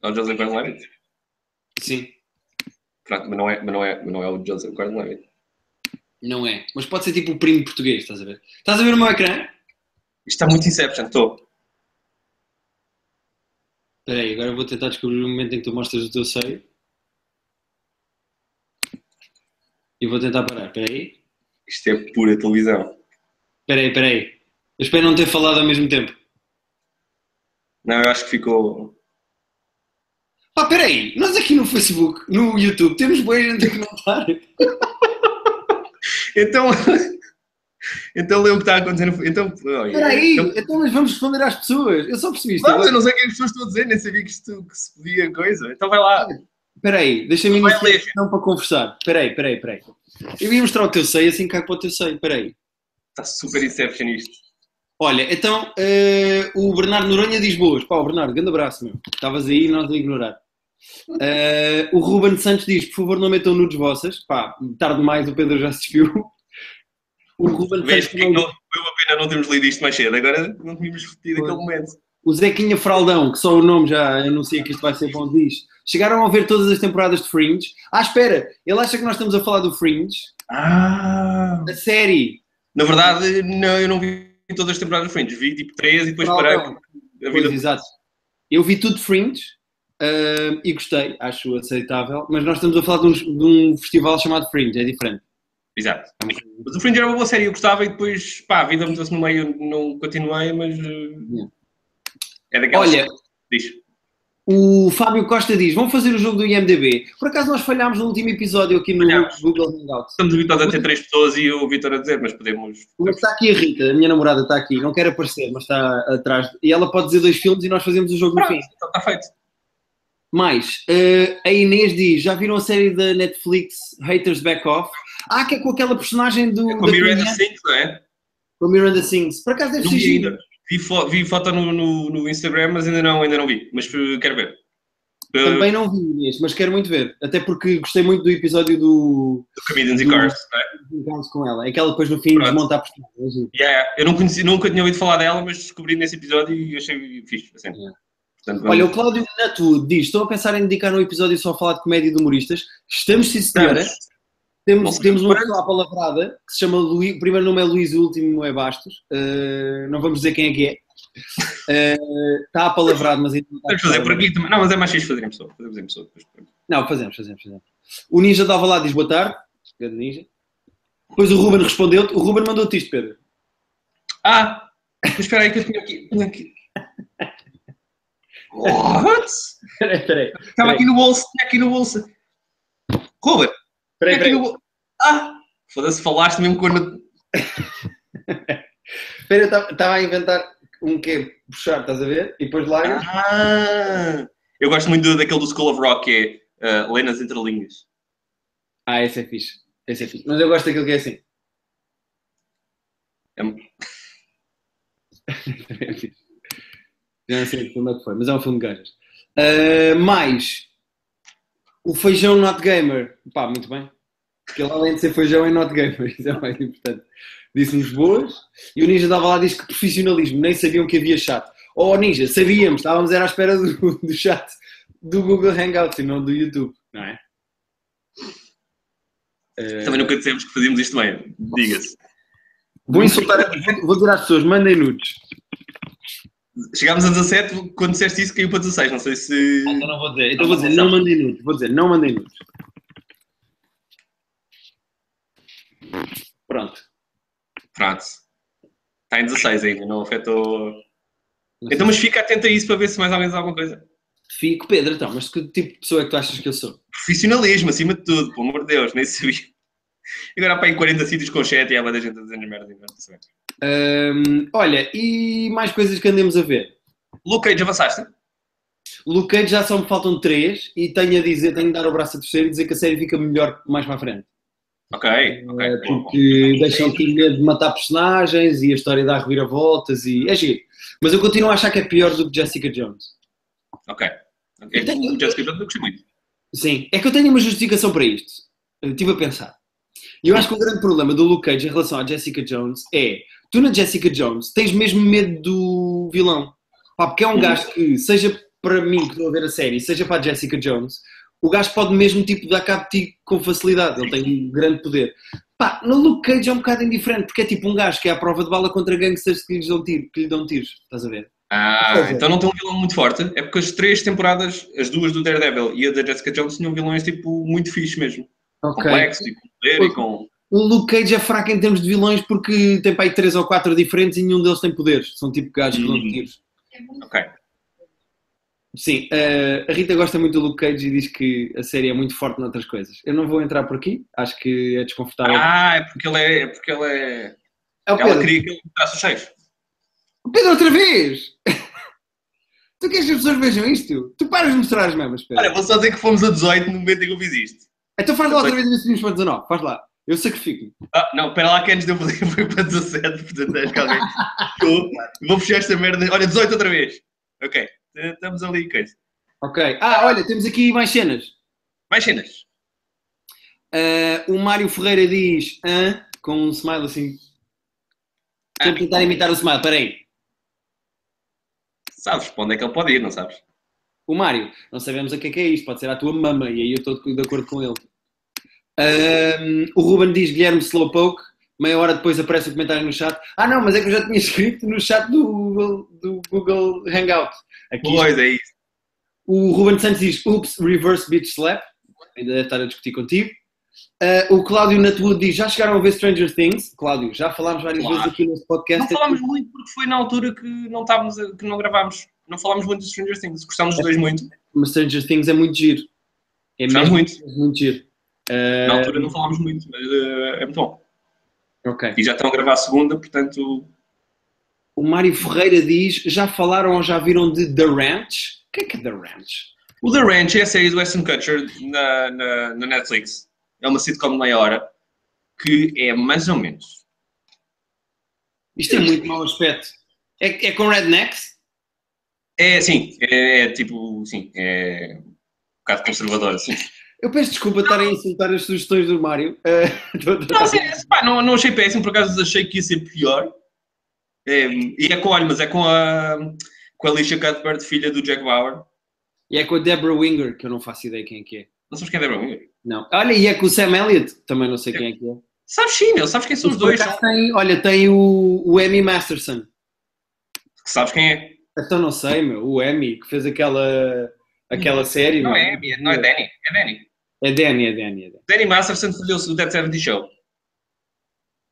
[SPEAKER 1] Ao Joseph Gordon Levitt.
[SPEAKER 2] Sim,
[SPEAKER 1] Pronto, mas não é, mas não é, mas não é o Joseph Gordon Levitt.
[SPEAKER 2] não é. Mas pode ser tipo o primo português, estás a ver? Estás a ver o meu ecrã?
[SPEAKER 1] Isto está muito Inception, estou.
[SPEAKER 2] Espera aí, agora eu vou tentar descobrir o momento em que tu mostras o teu seio. E vou tentar parar. Espera aí.
[SPEAKER 1] Isto é pura televisão.
[SPEAKER 2] Espera aí, espera aí. Eu espero não ter falado ao mesmo tempo.
[SPEAKER 1] Não, eu acho que ficou.
[SPEAKER 2] Pá, espera aí. Nós aqui no Facebook, no YouTube, temos boa gente a comentar.
[SPEAKER 1] Então. [laughs] então lembro o que está acontecendo. Então.
[SPEAKER 2] Espera aí. Então, mas vamos responder às pessoas. Eu só percebi isto.
[SPEAKER 1] Vamos, eu
[SPEAKER 2] agora.
[SPEAKER 1] não sei o que as pessoas estão a dizer, nem sabia que isto que se podia coisa. Então vai lá.
[SPEAKER 2] Espera aí. Deixa-me
[SPEAKER 1] Vai
[SPEAKER 2] iniciar
[SPEAKER 1] ler.
[SPEAKER 2] a questão para conversar. Espera aí, espera aí, espera aí. Eu ia mostrar o teu seio, assim cago para o teu seio. Espera aí.
[SPEAKER 1] Está Tá super Inception isto.
[SPEAKER 2] Olha, então eh, o Bernardo Noronha diz boas. Pá, o Bernardo, grande abraço, meu. Estavas aí e nós a ignorar. Eh, o Ruben Santos diz, por favor, não metam nudes vossas. Pá, tarde demais, o Pedro já se despiu. O Ruben
[SPEAKER 1] Vês
[SPEAKER 2] Santos
[SPEAKER 1] que não,
[SPEAKER 2] também,
[SPEAKER 1] foi uma pena não termos lido isto mais cedo. Agora não tínhamos repetido aquele momento.
[SPEAKER 2] o Zequinha Fraldão, que só o nome já anuncia que isto vai ser bom, diz. Chegaram a ver todas as temporadas de Fringe. Ah, espera, ele acha que nós estamos a falar do Fringe.
[SPEAKER 1] Ah!
[SPEAKER 2] A série.
[SPEAKER 1] Na verdade, não, eu não vi todas as temporadas de Fringe. Vi tipo três e depois parei.
[SPEAKER 2] Fraldão.
[SPEAKER 1] A
[SPEAKER 2] Pois,
[SPEAKER 1] vida
[SPEAKER 2] exato. Eu vi tudo Fringe hum, e gostei, acho aceitável, mas nós estamos a falar de um, de um festival chamado Fringe, é diferente.
[SPEAKER 1] Exato. Mas o Fringe era uma boa série, eu gostava e depois, pá, a vida meteu-se no meio, não continuei, mas. eh,
[SPEAKER 2] Yeah.
[SPEAKER 1] É daquelas.
[SPEAKER 2] Olha,
[SPEAKER 1] Diz.
[SPEAKER 2] o Fábio Costa diz: vão fazer o jogo do IMDB. Por acaso nós falhámos no último episódio aqui no
[SPEAKER 1] Falhámos.
[SPEAKER 2] Google Hangouts.
[SPEAKER 1] Estamos habituados a ter três pessoas e o Vitor a dizer, mas podemos.
[SPEAKER 2] Mas está aqui a Rita, a minha namorada está aqui, não quer aparecer, mas está atrás. E ela pode dizer dois filmes e nós fazemos o jogo no
[SPEAKER 1] Pronto,
[SPEAKER 2] fim.
[SPEAKER 1] então está feito.
[SPEAKER 2] Mais, eh, a Inês diz: já viram a série da Netflix Haters Back Off? Ah, que é com aquela personagem do.
[SPEAKER 1] É com a
[SPEAKER 2] da
[SPEAKER 1] Miranda
[SPEAKER 2] Queen,
[SPEAKER 1] Sings, não é?
[SPEAKER 2] com a Miranda Sings. Por acaso deve
[SPEAKER 1] Não
[SPEAKER 2] ser
[SPEAKER 1] vi
[SPEAKER 2] giro.
[SPEAKER 1] ainda. Vi, fo- vi foto no, no, no Instagram, mas ainda não, ainda não vi. Mas eh, quero ver. Eh,
[SPEAKER 2] Também não vi este, mas quero muito ver. Até porque gostei muito do episódio do
[SPEAKER 1] do Comedians and Cars, não é?
[SPEAKER 2] Encontros com ela. É que ela depois no fim
[SPEAKER 1] Pronto.
[SPEAKER 2] desmonta a personagem. é giro.
[SPEAKER 1] Yeah, eu não conheci, nunca tinha ouvido falar dela, mas descobri nesse episódio e achei fixe. Assim.
[SPEAKER 2] Yeah.
[SPEAKER 1] Portanto, vamos-
[SPEAKER 2] Olha, o Cláudio Natwood diz: Estou a pensar em dedicar um episódio só a falar de comédia de humoristas. Estamos, sim senhora.
[SPEAKER 1] Estamos. Não
[SPEAKER 2] Temos,
[SPEAKER 1] sei.
[SPEAKER 2] temos uma pessoa apalavrada que se chama Luís, o primeiro nome é Luís, o último é Bastos. Eh, não vamos dizer quem é que é. Eh, está apalavrado, mas ainda não está.
[SPEAKER 1] Podemos fazer por aqui também. Não, mas é mais fixe fazer em pessoa. Fazemos em pessoa depois.
[SPEAKER 2] Não, fazemos, fazemos, fazemos. O Ninja de Alvalade diz boa tarde. Grande Ninja. Depois o Ruben respondeu O Ruben mandou-te isto, Pedro.
[SPEAKER 1] Ah! Mas espera aí que eu tinha aqui. tinha
[SPEAKER 2] [laughs]
[SPEAKER 1] aqui. What?
[SPEAKER 2] Peraí, peraí.
[SPEAKER 1] Estava aqui no bolso, tinha aqui no bolso. Ruben, tinha
[SPEAKER 2] Peraí,
[SPEAKER 1] aqui no
[SPEAKER 2] peraí.
[SPEAKER 1] bolso. Ah! Foda-se, falaste mesmo quando.
[SPEAKER 2] Peraí, eu estava- estava a inventar um que é puxar, estás a ver? E depois largas.
[SPEAKER 1] Ah! Eu gosto muito do- daquele do School of Rock que é uh, Lenas entre linhas.
[SPEAKER 2] Ah, esse é fixe. Esse é fixe. Mas eu gosto daquele que é assim.
[SPEAKER 1] É
[SPEAKER 2] um-
[SPEAKER 1] mu-
[SPEAKER 2] [laughs] É fixe. Já não sei que filme é que foi, mas é um filme de gajas. Ah, mais o feijão not gamer. Pá, muito bem. Porque ele além de ser feijão é not gamer, isso é o mais importante. Disse-nos boas. E o Ninja dava lá diz que profissionalismo, nem sabiam que havia chat. Oh Ninja, sabíamos, estávamos era à espera do, do chat do Google Hangouts e não do YouTube, não é? Ah,
[SPEAKER 1] Também nunca dissemos que fazíamos isto bem. Diga-se.
[SPEAKER 2] Vou insultar, vou dizer às pessoas, mandem nudes.
[SPEAKER 1] Chegámos a 17, quando disseste isso caiu para 16. Não sei se.
[SPEAKER 2] Então não vou dizer, então vou dizer, não mandem nudes, vou dizer, não mandem nudes. Pronto.
[SPEAKER 1] Pronto. Está em 16 ainda, não afetou. Então, mas fica atento a isso para ver se mais ou menos alguma coisa.
[SPEAKER 2] Fico, Pedro, então, mas que tipo de pessoa é que tu achas que eu sou?
[SPEAKER 1] Profissionalismo, acima de tudo, pelo amor de Deus, nem sabia. Agora há para em 40 sítios com chat e há bué da gente a dizer merda. e não sei.
[SPEAKER 2] Hum, olha, e mais coisas que andemos a ver.
[SPEAKER 1] Luke Cage, avançaste?
[SPEAKER 2] Luke Cage já só me faltam três e tenho a dizer, tenho de dar o braço a torcer e dizer que a série fica melhor mais para a frente.
[SPEAKER 1] Ok, ok.
[SPEAKER 2] É,
[SPEAKER 1] bom, bom.
[SPEAKER 2] porque deixam-te medo de matar personagens e a história dá reviravoltas e é giro. Mas eu continuo a achar que é pior do que Jessica Jones.
[SPEAKER 1] Ok. okay.
[SPEAKER 2] Eu tenho-
[SPEAKER 1] O Jessica Jones eu gostei muito.
[SPEAKER 2] Sim, é que eu tenho uma justificação para isto. Eu estive a pensar. E eu acho que o grande problema do Luke Cage em relação à Jessica Jones é tu na Jessica Jones tens mesmo medo do vilão. Pá, porque é um
[SPEAKER 1] Uhum.
[SPEAKER 2] gajo que, seja para mim que estou a ver a série, seja para a Jessica Jones, o gajo pode mesmo tipo dar cabo de ti com facilidade. Ele tem um grande poder. Pá, no Luke Cage é um bocado indiferente, porque é tipo um gajo que é à prova de bala contra gangsters que lhe dão, tiro, que lhe dão tiros. Estás a ver?
[SPEAKER 1] Ah,
[SPEAKER 2] Pois é.
[SPEAKER 1] então não tem um vilão muito forte. É porque as três temporadas, as duas do Daredevil e a da Jessica Jones, tinham vilões tipo muito fixe mesmo. Complexo e com poder e com.
[SPEAKER 2] O Luke Cage é fraco em termos de vilões porque tem para aí 3 ou 4 diferentes e nenhum deles tem poderes. São tipo gajos que dão
[SPEAKER 1] Uhum.
[SPEAKER 2] tiros.
[SPEAKER 1] Ok.
[SPEAKER 2] Sim, eh, a Rita gosta muito do Luke Cage e diz que a série é muito forte noutras coisas. Eu não vou entrar por aqui, acho que é desconfortável.
[SPEAKER 1] Ah, é porque ele é. é porque ele é...
[SPEAKER 2] é o Pedro.
[SPEAKER 1] Ela queria que ele mostrasse os cheios.
[SPEAKER 2] O Pedro, outra vez! [laughs] tu queres que as pessoas vejam isto? Tu paras de mostrar as mamas, Pedro.
[SPEAKER 1] Olha, vou só dizer que fomos a 18 no momento em que eu fiz isto.
[SPEAKER 2] então faz lá
[SPEAKER 1] eu sei.
[SPEAKER 2] outra vez e decidimos para 19. Faz lá. Eu sacrifico-me.
[SPEAKER 1] Ah, não, espera lá que antes de eu fazer [laughs] foi para 17, portanto acho que [laughs] alguém. Eu vou fechar esta merda. Olha, 18 outra vez. Ok, eh, estamos ali, coisa.
[SPEAKER 2] Ok. Ah, olha, temos aqui mais cenas.
[SPEAKER 1] Mais cenas.
[SPEAKER 2] Eh, o Mário Ferreira diz Hã? com um smile assim. Estou a tentar imitar o smile, peraí.
[SPEAKER 1] Sabes para onde é que ele pode ir, não sabes?
[SPEAKER 2] O Mário, não sabemos a que é que é isto, pode ser a tua mama, e aí eu estou de acordo com ele. Ahm, o Ruben diz Guilherme Slowpoke, meia hora depois aparece o comentário no chat. Ah não, mas é que eu já tinha escrito no chat do Google, do Google Hangout. Aqui
[SPEAKER 1] Pois é isso.
[SPEAKER 2] o Ruben Santos diz Oops, reverse bitch slap. Ainda deve estar a discutir contigo. Ah, o Cláudio Natwood diz já chegaram a ver Stranger Things. Cláudio, já falámos várias
[SPEAKER 1] Claro.
[SPEAKER 2] vezes aqui neste
[SPEAKER 1] Não
[SPEAKER 2] podcast.
[SPEAKER 1] falámos muito porque foi na altura que não estávamos, a- que não gravámos. Não falámos muito dos Stranger Things. Gostámos dos dois muito.
[SPEAKER 2] Mas Stranger Things é muito giro. É
[SPEAKER 1] Gostámos
[SPEAKER 2] mesmo
[SPEAKER 1] muito.
[SPEAKER 2] muito giro. Ah,
[SPEAKER 1] Na altura não falámos muito, mas eh, é muito bom.
[SPEAKER 2] ok.
[SPEAKER 1] E já estão a gravar a segunda, portanto.
[SPEAKER 2] O Mário Ferreira diz: já falaram ou já viram de The Ranch? O que é que é The Ranch?
[SPEAKER 1] O The Ranch é a série do Western Culture na, na, na Netflix. É uma sitcom de meia hora que é mais ou menos.
[SPEAKER 2] Isto é muito mau aspecto. É, é com rednecks?
[SPEAKER 1] É, sim, é, tipo, sim, é um bocado conservador, assim.
[SPEAKER 2] Eu peço desculpa estar a insultar as sugestões do Mário. Ah, estou a [laughs]
[SPEAKER 1] Não,
[SPEAKER 2] tratar-
[SPEAKER 1] sim, pá, não, não achei péssimo, por acaso achei que ia ser pior. É, e é com, olha, mas é com a, com a Alicia Cuthbert, filha do Jack Bauer.
[SPEAKER 2] E é com a Deborah Winger, que eu não faço ideia quem é que é.
[SPEAKER 1] Não sabes quem é Deborah Winger?
[SPEAKER 2] Não. Olha, e é com o Sam Elliott, também não sei quem é que é.
[SPEAKER 1] Sabes sim, meu, sabes quem são os
[SPEAKER 2] Por
[SPEAKER 1] dois?
[SPEAKER 2] acaso Tem, olha, tem o, o Emmy Masterson.
[SPEAKER 1] Sabes quem é?
[SPEAKER 2] Então não sei, meu, o Emmy, que fez aquela, aquela série.
[SPEAKER 1] Não
[SPEAKER 2] meu.
[SPEAKER 1] é Amy, não é Danny, é Danny.
[SPEAKER 2] É Danny, é Danny, é Danny.
[SPEAKER 1] Danny Masterson fazia o Dead 70 Show.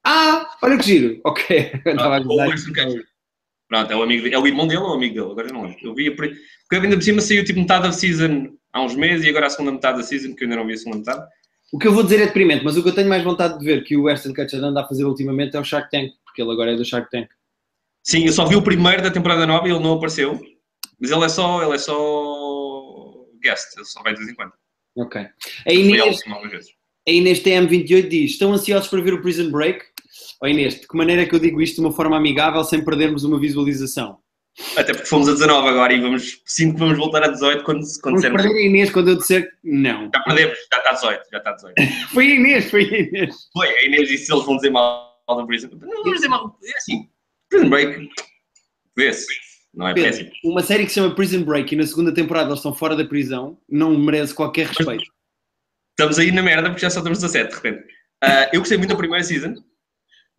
[SPEAKER 2] Ah, olha que giro. Ok. [laughs] Estava a
[SPEAKER 1] ou
[SPEAKER 2] gozar.
[SPEAKER 1] Wilson Castro. Pronto, é, um amigo, de- é o irmão dele ou o amigo dele? Agora já não lembro. Eu via por aí. Porque ainda por cima saiu tipo metade da season há uns meses e agora a segunda metade da season, que eu ainda não vi a segunda metade.
[SPEAKER 2] O que eu vou dizer é deprimente, mas o que eu tenho mais vontade de ver que o Weston Kutcher anda a fazer ultimamente é o Shark Tank, porque ele agora é do Shark Tank.
[SPEAKER 1] Sim, eu só vi o primeiro da temporada nova e ele não apareceu. Mas ele é só. Ele é só. guest, ele só vai de vez em quando.
[SPEAKER 2] Ok. A
[SPEAKER 1] Foi a
[SPEAKER 2] Inês,
[SPEAKER 1] última algumas vezes.
[SPEAKER 2] a Inês TM28 diz: Estão ansiosos para ver o Prison Break? Ó Inês, de que maneira é que eu digo isto de uma forma amigável sem perdermos uma visualização?
[SPEAKER 1] Até porque fomos a 19 agora e vamos, sinto que vamos voltar a 18 quando, quando
[SPEAKER 2] Vamos
[SPEAKER 1] dissermos.
[SPEAKER 2] perder a Inês quando eu disser que não.
[SPEAKER 1] Já perdemos, já está 18, já está 18.
[SPEAKER 2] Foi a Inês, foi a Inês.
[SPEAKER 1] Foi, a Inês disse eles vão dizer mal do Prison Break. Não vão dizer mal, é assim. Prison Break, vê-se. Não é péssimo.
[SPEAKER 2] Pedro, uma série que se chama Prison Break e na segunda temporada eles estão fora da prisão, não merece qualquer respeito.
[SPEAKER 1] Estamos aí na merda porque já só temos 17 de repente. Ah, eu gostei muito da primeira season.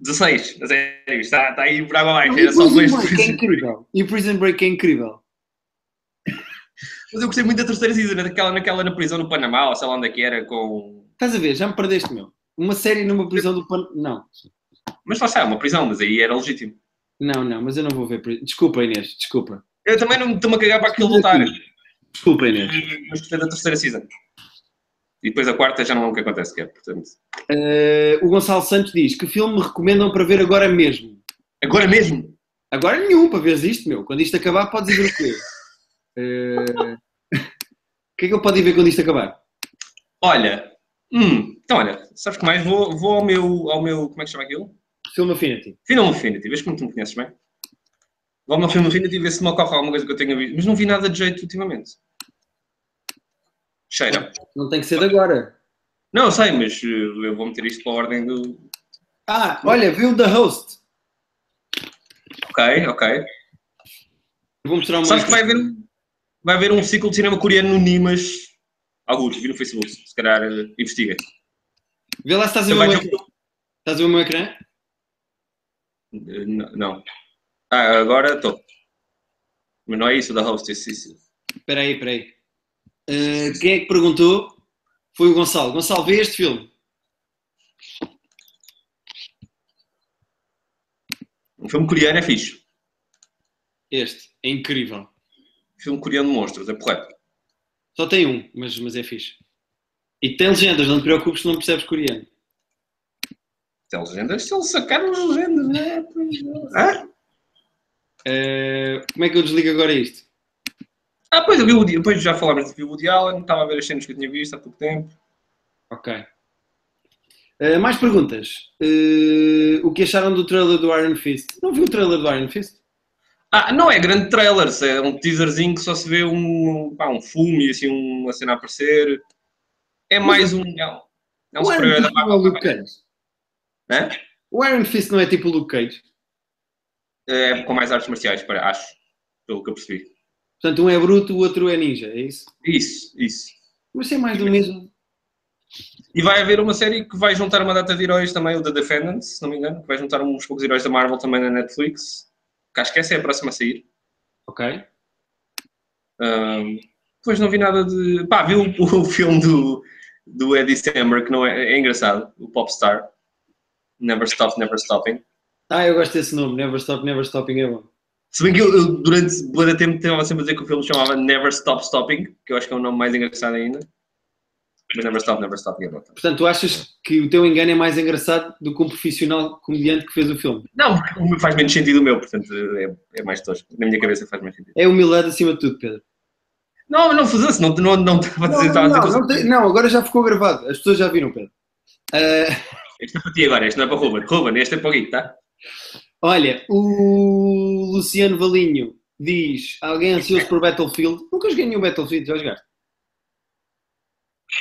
[SPEAKER 1] 16, a sério, está, está aí por água abaixo.
[SPEAKER 2] E
[SPEAKER 1] Era só dois.
[SPEAKER 2] Prison Break é incrível. E Prison Break é incrível.
[SPEAKER 1] Mas eu gostei muito da terceira season, daquela, naquela na prisão no Panamá, ou sei lá onde é que era, com.
[SPEAKER 2] Estás a ver, já me perdeste, meu. Uma série numa prisão do pan... Não,
[SPEAKER 1] Mas lá está, é uma prisão, mas aí era legítimo.
[SPEAKER 2] não, não, mas eu não vou ver. pri- Desculpa, Inês, desculpa.
[SPEAKER 1] Eu também não me estou-me a cagar para aquilo voltar.
[SPEAKER 2] Desculpa, Inês.
[SPEAKER 1] Mas gostei da terceira season. E depois a quarta já não é o que acontece, que é, portanto.
[SPEAKER 2] Eh, o Gonçalo Santos diz: Que filme me recomendam para ver agora mesmo?
[SPEAKER 1] Agora mesmo!
[SPEAKER 2] Agora nenhum, para veres isto, meu. Quando isto acabar, podes ir ver o quê? Eh, [laughs] O que é que eu pode ir ver quando isto acabar?
[SPEAKER 1] Olha, hum, então olha, sabes que mais? Vou, vou ao, meu, ao meu, como é que se chama aquilo?
[SPEAKER 2] Film Affinity.
[SPEAKER 1] Film Affinity, vês como tu me conheces bem? Vou ao meu Film Affinity e ver se me ocorre alguma coisa que eu tenha visto, mas não vi nada de jeito ultimamente. Cheira.
[SPEAKER 2] Não tem que ser de agora.
[SPEAKER 1] Não, eu sei, mas eh, eu vou meter isto pela ordem do...
[SPEAKER 2] Ah, olha, viu The Host.
[SPEAKER 1] Ok, ok.
[SPEAKER 2] Eu Vou mostrar uma.
[SPEAKER 1] Sabes que vai haver, um- vai haver um ciclo de cinema coreano no Nimas, alguns, vi no Facebook, se calhar eh, investiga. um-
[SPEAKER 2] Vê lá se estás a ver o
[SPEAKER 1] Também
[SPEAKER 2] meu
[SPEAKER 1] tem
[SPEAKER 2] ecrã. Estás a ver o meu ecrã?
[SPEAKER 1] Eh, n- Não. Ah, agora estou. Mas não é isso da host, isso, isso.
[SPEAKER 2] Espera aí, espera aí. Eh, quem é que perguntou? Foi o Gonçalo. Gonçalo, vê este filme.
[SPEAKER 1] Um filme coreano é fixe.
[SPEAKER 2] Este. É incrível.
[SPEAKER 1] filme coreano de monstros, é correto.
[SPEAKER 2] Só tem um, mas, mas é fixe. E tem legendas, não te preocupes se não percebes coreano.
[SPEAKER 1] Tem legendas? Se eles sacaram as legendas, né? Pois é? Hã?
[SPEAKER 2] Eh, como é que eu desligo agora isto?
[SPEAKER 1] Ah, pois, eu vi o, Woody- depois já falámos de Woody Allen, estava a ver as cenas que eu tinha visto há pouco tempo.
[SPEAKER 2] Ok. Eh, mais perguntas. Eh, o que acharam do trailer do Iron Fist? Não vi o trailer do Iron Fist?
[SPEAKER 1] Ah, não é grande trailer, é um teaserzinho que só se vê um, pá, um fume, assim, uma cena a aparecer. É mais um... É um, é um
[SPEAKER 2] o Iron
[SPEAKER 1] super-herói da
[SPEAKER 2] Fist não é o Luke
[SPEAKER 1] Marvel.
[SPEAKER 2] Cage.
[SPEAKER 1] Hã?
[SPEAKER 2] O Iron Fist não é tipo o Luke Cage.
[SPEAKER 1] É com mais artes marciais, para, acho, pelo que eu percebi.
[SPEAKER 2] Portanto, um é bruto, o outro é ninja, é isso?
[SPEAKER 1] Isso, isso.
[SPEAKER 2] Mas é mais do mesmo.
[SPEAKER 1] E vai haver uma série que vai juntar uma data de heróis também, o The Defendants, se não me engano, que vai juntar uns poucos heróis da Marvel também na Netflix. Que acho que essa é a próxima a sair.
[SPEAKER 2] Ok.
[SPEAKER 1] Ahm, depois não vi nada de. Pá, vi o, [laughs] o filme do, do Eddie Samberg, que não é, é engraçado, o Popstar. Never Stop, Never Stopping.
[SPEAKER 2] Ah, eu gosto desse nome. Never Stop, Never Stopping é bom.
[SPEAKER 1] Se bem que eu, eu durante muito tempo estava sempre a dizer que o filme se chamava Never Stop Stopping, que eu acho que é o nome mais engraçado ainda. Mas Never Stop, Never Stopping é bom.
[SPEAKER 2] Portanto, tu achas que o teu engano é mais engraçado do que um profissional comediante que fez o filme?
[SPEAKER 1] Não, porque o meu faz menos sentido o meu, portanto é, é mais tosco. Na minha cabeça faz mais sentido.
[SPEAKER 2] É humildade acima de tudo, Pedro.
[SPEAKER 1] Não, não fazia-se, não não- não estava a
[SPEAKER 2] Não,
[SPEAKER 1] dizer, estava a dizer que eu-
[SPEAKER 2] não, não tem- não, agora já ficou gravado. As pessoas já viram, Pedro. Ah,
[SPEAKER 1] Este é para ti agora, este não é para o Ruben. Ruben, este é para o Gui, tá?
[SPEAKER 2] olha, o Luciano Valinho diz: alguém ansioso por Battlefield? Nunca joguei nenhum Battlefield, já jogaste?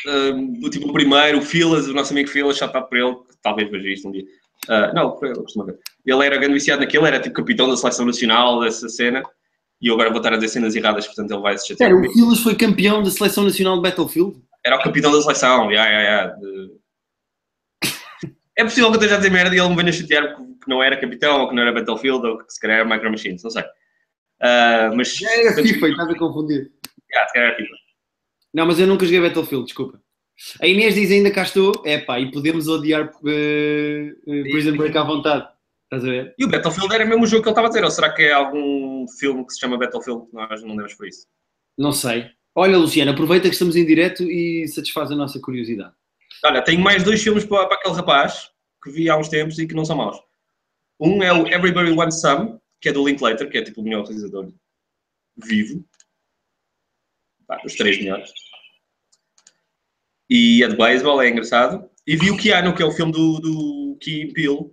[SPEAKER 1] Ahm, do tipo o primeiro, o Filas, o nosso amigo Filas, chateado por ele, que talvez veja isto um dia. Ah, não, por ele, costuma ver. Ele era grande viciado naquilo, era tipo capitão da seleção nacional, dessa cena. E eu agora vou estar a dizer cenas erradas, portanto ele vai se chatear
[SPEAKER 2] Sério, o
[SPEAKER 1] comigo.
[SPEAKER 2] Silas foi campeão da seleção nacional de Battlefield?
[SPEAKER 1] Era o capitão da seleção, ya, ya, ya, de- É possível que eu esteja a dizer merda e ele me venha chatear que que não era capitão, ou que não era Battlefield, ou que se calhar era Micro Machines, não sei. Ah, mas...
[SPEAKER 2] Já era FIFA, estás a confundir.
[SPEAKER 1] Ya, se calhar era FIFA.
[SPEAKER 2] Não, mas eu nunca joguei Battlefield, desculpa. A Inês diz ainda cá estou, é pá, e podemos odiar eh, eh, Prison Break à vontade. Estás a ver?
[SPEAKER 1] E o Battlefield era mesmo o jogo que ele estava a dizer, ou será que é algum filme que se chama Battlefield que nós não demos por isso?
[SPEAKER 2] Não sei. Olha, Luciana, aproveita que estamos em direto e satisfaz a nossa curiosidade.
[SPEAKER 1] Olha, tenho mais dois filmes para, para aquele rapaz que vi há uns tempos e que não são maus. Um é o Everybody Wants Some, que é do Linklater, que é tipo o melhor realizador vivo. Pá, os três melhores. E a de Baseball é engraçado. E vi o Keanu, que é o filme do, do Kim Peele.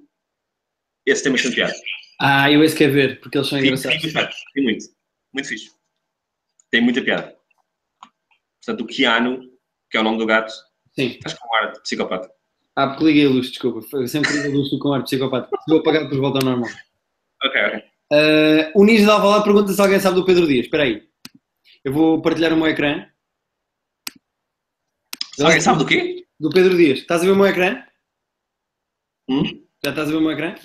[SPEAKER 1] Esse tem bastante piada.
[SPEAKER 2] Ah, eu esse quero ver, porque eles são
[SPEAKER 1] Tem
[SPEAKER 2] engraçados.
[SPEAKER 1] tem muito. Muito fixe. Tem muita piada. Portanto, o Keanu, que é o nome do gato,
[SPEAKER 2] Sim.
[SPEAKER 1] acho que é um ar de psicopata.
[SPEAKER 2] Ah, porque liguei a luz, desculpa. Foi- Sempre liguei a luz estou com ar de psicopata. Vou apagar depois volta ao normal.
[SPEAKER 1] Ok, ok.
[SPEAKER 2] Ah, o Ninja de Alvalade pergunta se alguém sabe do Pedro Dias. Espera aí. Eu vou partilhar o meu ecrã.
[SPEAKER 1] Alguém sabe do quê?
[SPEAKER 2] Do Pedro Dias. Estás a ver o meu ecrã?
[SPEAKER 1] Hum?
[SPEAKER 2] Já estás a ver o meu ecrã? [laughs]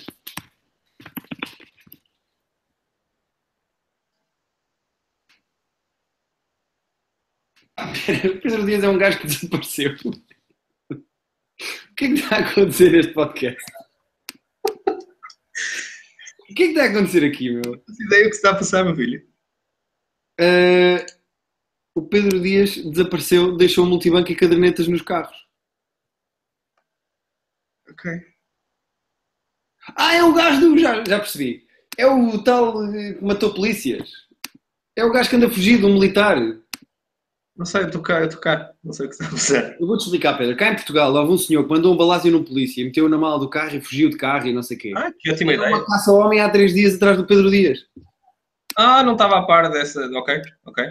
[SPEAKER 2] O Pedro Dias é um gajo que desapareceu. O que é que está a acontecer neste podcast? O que é que está a acontecer aqui, meu?
[SPEAKER 1] Não ideia o que está a passar, meu filho.
[SPEAKER 2] Ah, o Pedro Dias desapareceu, deixou multibanco e cadernetas nos carros.
[SPEAKER 1] Ok.
[SPEAKER 2] Ah, é o gajo do. Já, já percebi. É o tal eh, que matou polícias. É o gajo que anda fugido, um militar. Eu
[SPEAKER 1] Não sei, eu estou cá, eu estou cá. Não sei o que está a passar.
[SPEAKER 2] vou-te explicar, Pedro. Cá em Portugal houve um senhor que mandou um balásio num polícia, meteu-o na mala do carro e fugiu de carro e não sei o quê.
[SPEAKER 1] [laughs] Ah, que ótima ideia.
[SPEAKER 2] Uma caça ao homem há três dias atrás do Pedro Dias.
[SPEAKER 1] Ah, não estava a par dessa. Ok, ok.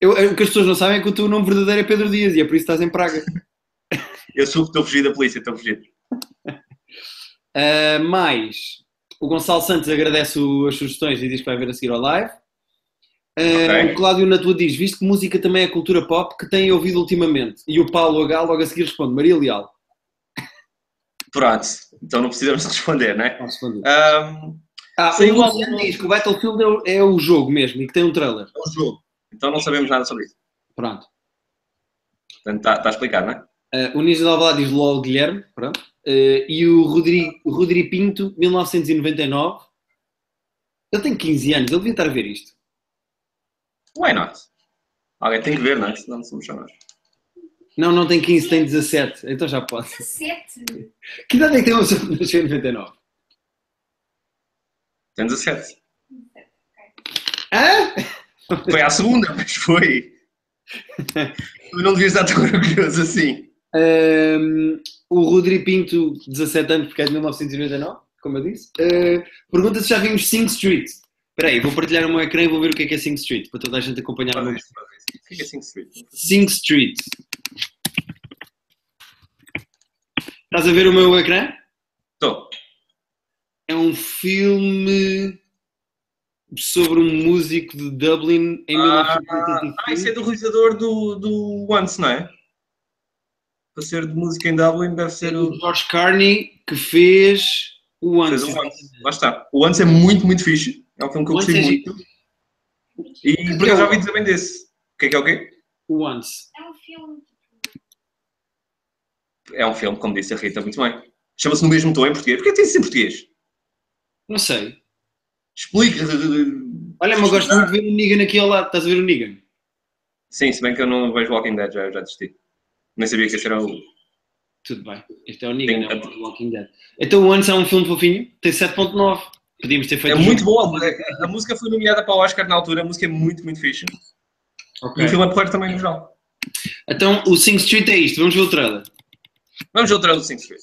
[SPEAKER 2] Eu- eu- o que as pessoas não sabem é que o teu nome verdadeiro é Pedro Dias e é por isso que estás em Praga.
[SPEAKER 1] Eu soube que estou a fugir da polícia, estou a fugir.
[SPEAKER 2] Ah, mais, o Gonçalo Santos agradece o- as sugestões e diz que vai ver a seguir ao live. Ah,
[SPEAKER 1] Ok.
[SPEAKER 2] O Cláudio Natua diz: Visto que música também é cultura pop, que tem ouvido ultimamente? E o Paulo H. logo a seguir responde: Maria Leal.
[SPEAKER 1] Pronto, então não precisamos [laughs] responder, né?
[SPEAKER 2] Não respondi.
[SPEAKER 1] Ahm,
[SPEAKER 2] Ah,
[SPEAKER 1] Sim,
[SPEAKER 2] o
[SPEAKER 1] igual-
[SPEAKER 2] Luciano diz que o Battlefield é o, é o jogo mesmo e que tem um trailer.
[SPEAKER 1] é um jogo. Então não sabemos nada sobre isso.
[SPEAKER 2] Pronto.
[SPEAKER 1] Portanto, está tá explicado, né?
[SPEAKER 2] Ah, o Ninja de Alvalade diz LOL Guilherme. Pronto. Ah, e o Rodrigo, o Rodrigo Pinto, 1999. Ele tem 15 anos, ele devia estar a ver isto.
[SPEAKER 1] Why not? Alguém tem que ver, né? Senão não somos só nós.
[SPEAKER 2] Não, não tem 15, tem 17. Então já pode.
[SPEAKER 3] 17.
[SPEAKER 2] Que idade é que tem uma pessoa que nasceu [laughs] em 99?
[SPEAKER 1] Tem 17.
[SPEAKER 2] Hã?
[SPEAKER 1] Foi à segunda, mas foi. Tu não devias estar tão orgulhoso assim.
[SPEAKER 2] Ahm, Hum, o Rodrigo Pinto, 17 anos, porque é de 1999, como eu disse. Ah, pergunta se já vimos Sing Street. Espera aí, vou partilhar o meu ecrã e vou ver o que é que é Sing Street, para toda a gente acompanhar. o
[SPEAKER 1] Faz
[SPEAKER 2] meu-
[SPEAKER 1] isso, faz isso. Fica assim que se vê.
[SPEAKER 2] Sing Street. Estás a ver o meu ecrã?
[SPEAKER 1] Estou.
[SPEAKER 2] É um filme sobre um músico de Dublin em
[SPEAKER 1] Ah,
[SPEAKER 2] 1985.
[SPEAKER 1] Ah, isso é do realizador do, do Once, não é? Para ser de música em Dublin deve ser o.
[SPEAKER 2] o George Carney que fez o
[SPEAKER 1] fez
[SPEAKER 2] Once.
[SPEAKER 1] o Once. Lá está. O Once é muito, muito fixe. É um filme que eu
[SPEAKER 2] O Once
[SPEAKER 1] gostei
[SPEAKER 2] é
[SPEAKER 1] muito. E porque eu já ouvi dizer bem desse. O que é que é o quê?
[SPEAKER 2] O Once.
[SPEAKER 3] É um filme.
[SPEAKER 1] É um filme, como disse a Rita, muito bem. Chama-se no mesmo tom em português. Porquê tem de ser português?
[SPEAKER 2] Não sei.
[SPEAKER 1] Explica.
[SPEAKER 2] Olha, mas eu gosto muito de ver o Negan aqui ao lado. Estás a ver o Negan?
[SPEAKER 1] Sim, se bem que eu não vejo Walking Dead, já, já desisti. Nem sabia que esse era o.
[SPEAKER 2] Tudo bem. Este é o Negan,
[SPEAKER 1] Tem-
[SPEAKER 2] é o Walking Dead. Então o Once é um filme fofinho. Tem 7.9. Podíamos ter
[SPEAKER 1] É
[SPEAKER 2] feito... um
[SPEAKER 1] muito
[SPEAKER 2] jogo.
[SPEAKER 1] boa. A música foi nomeada para o Oscar na altura. A música é muito, muito fixe.
[SPEAKER 2] Ok.
[SPEAKER 1] E o filme é porreiro também no geral.
[SPEAKER 2] Então o Sing Street é isto. Vamos ver o trailer.
[SPEAKER 1] Vamos ao trailer do Sing Street.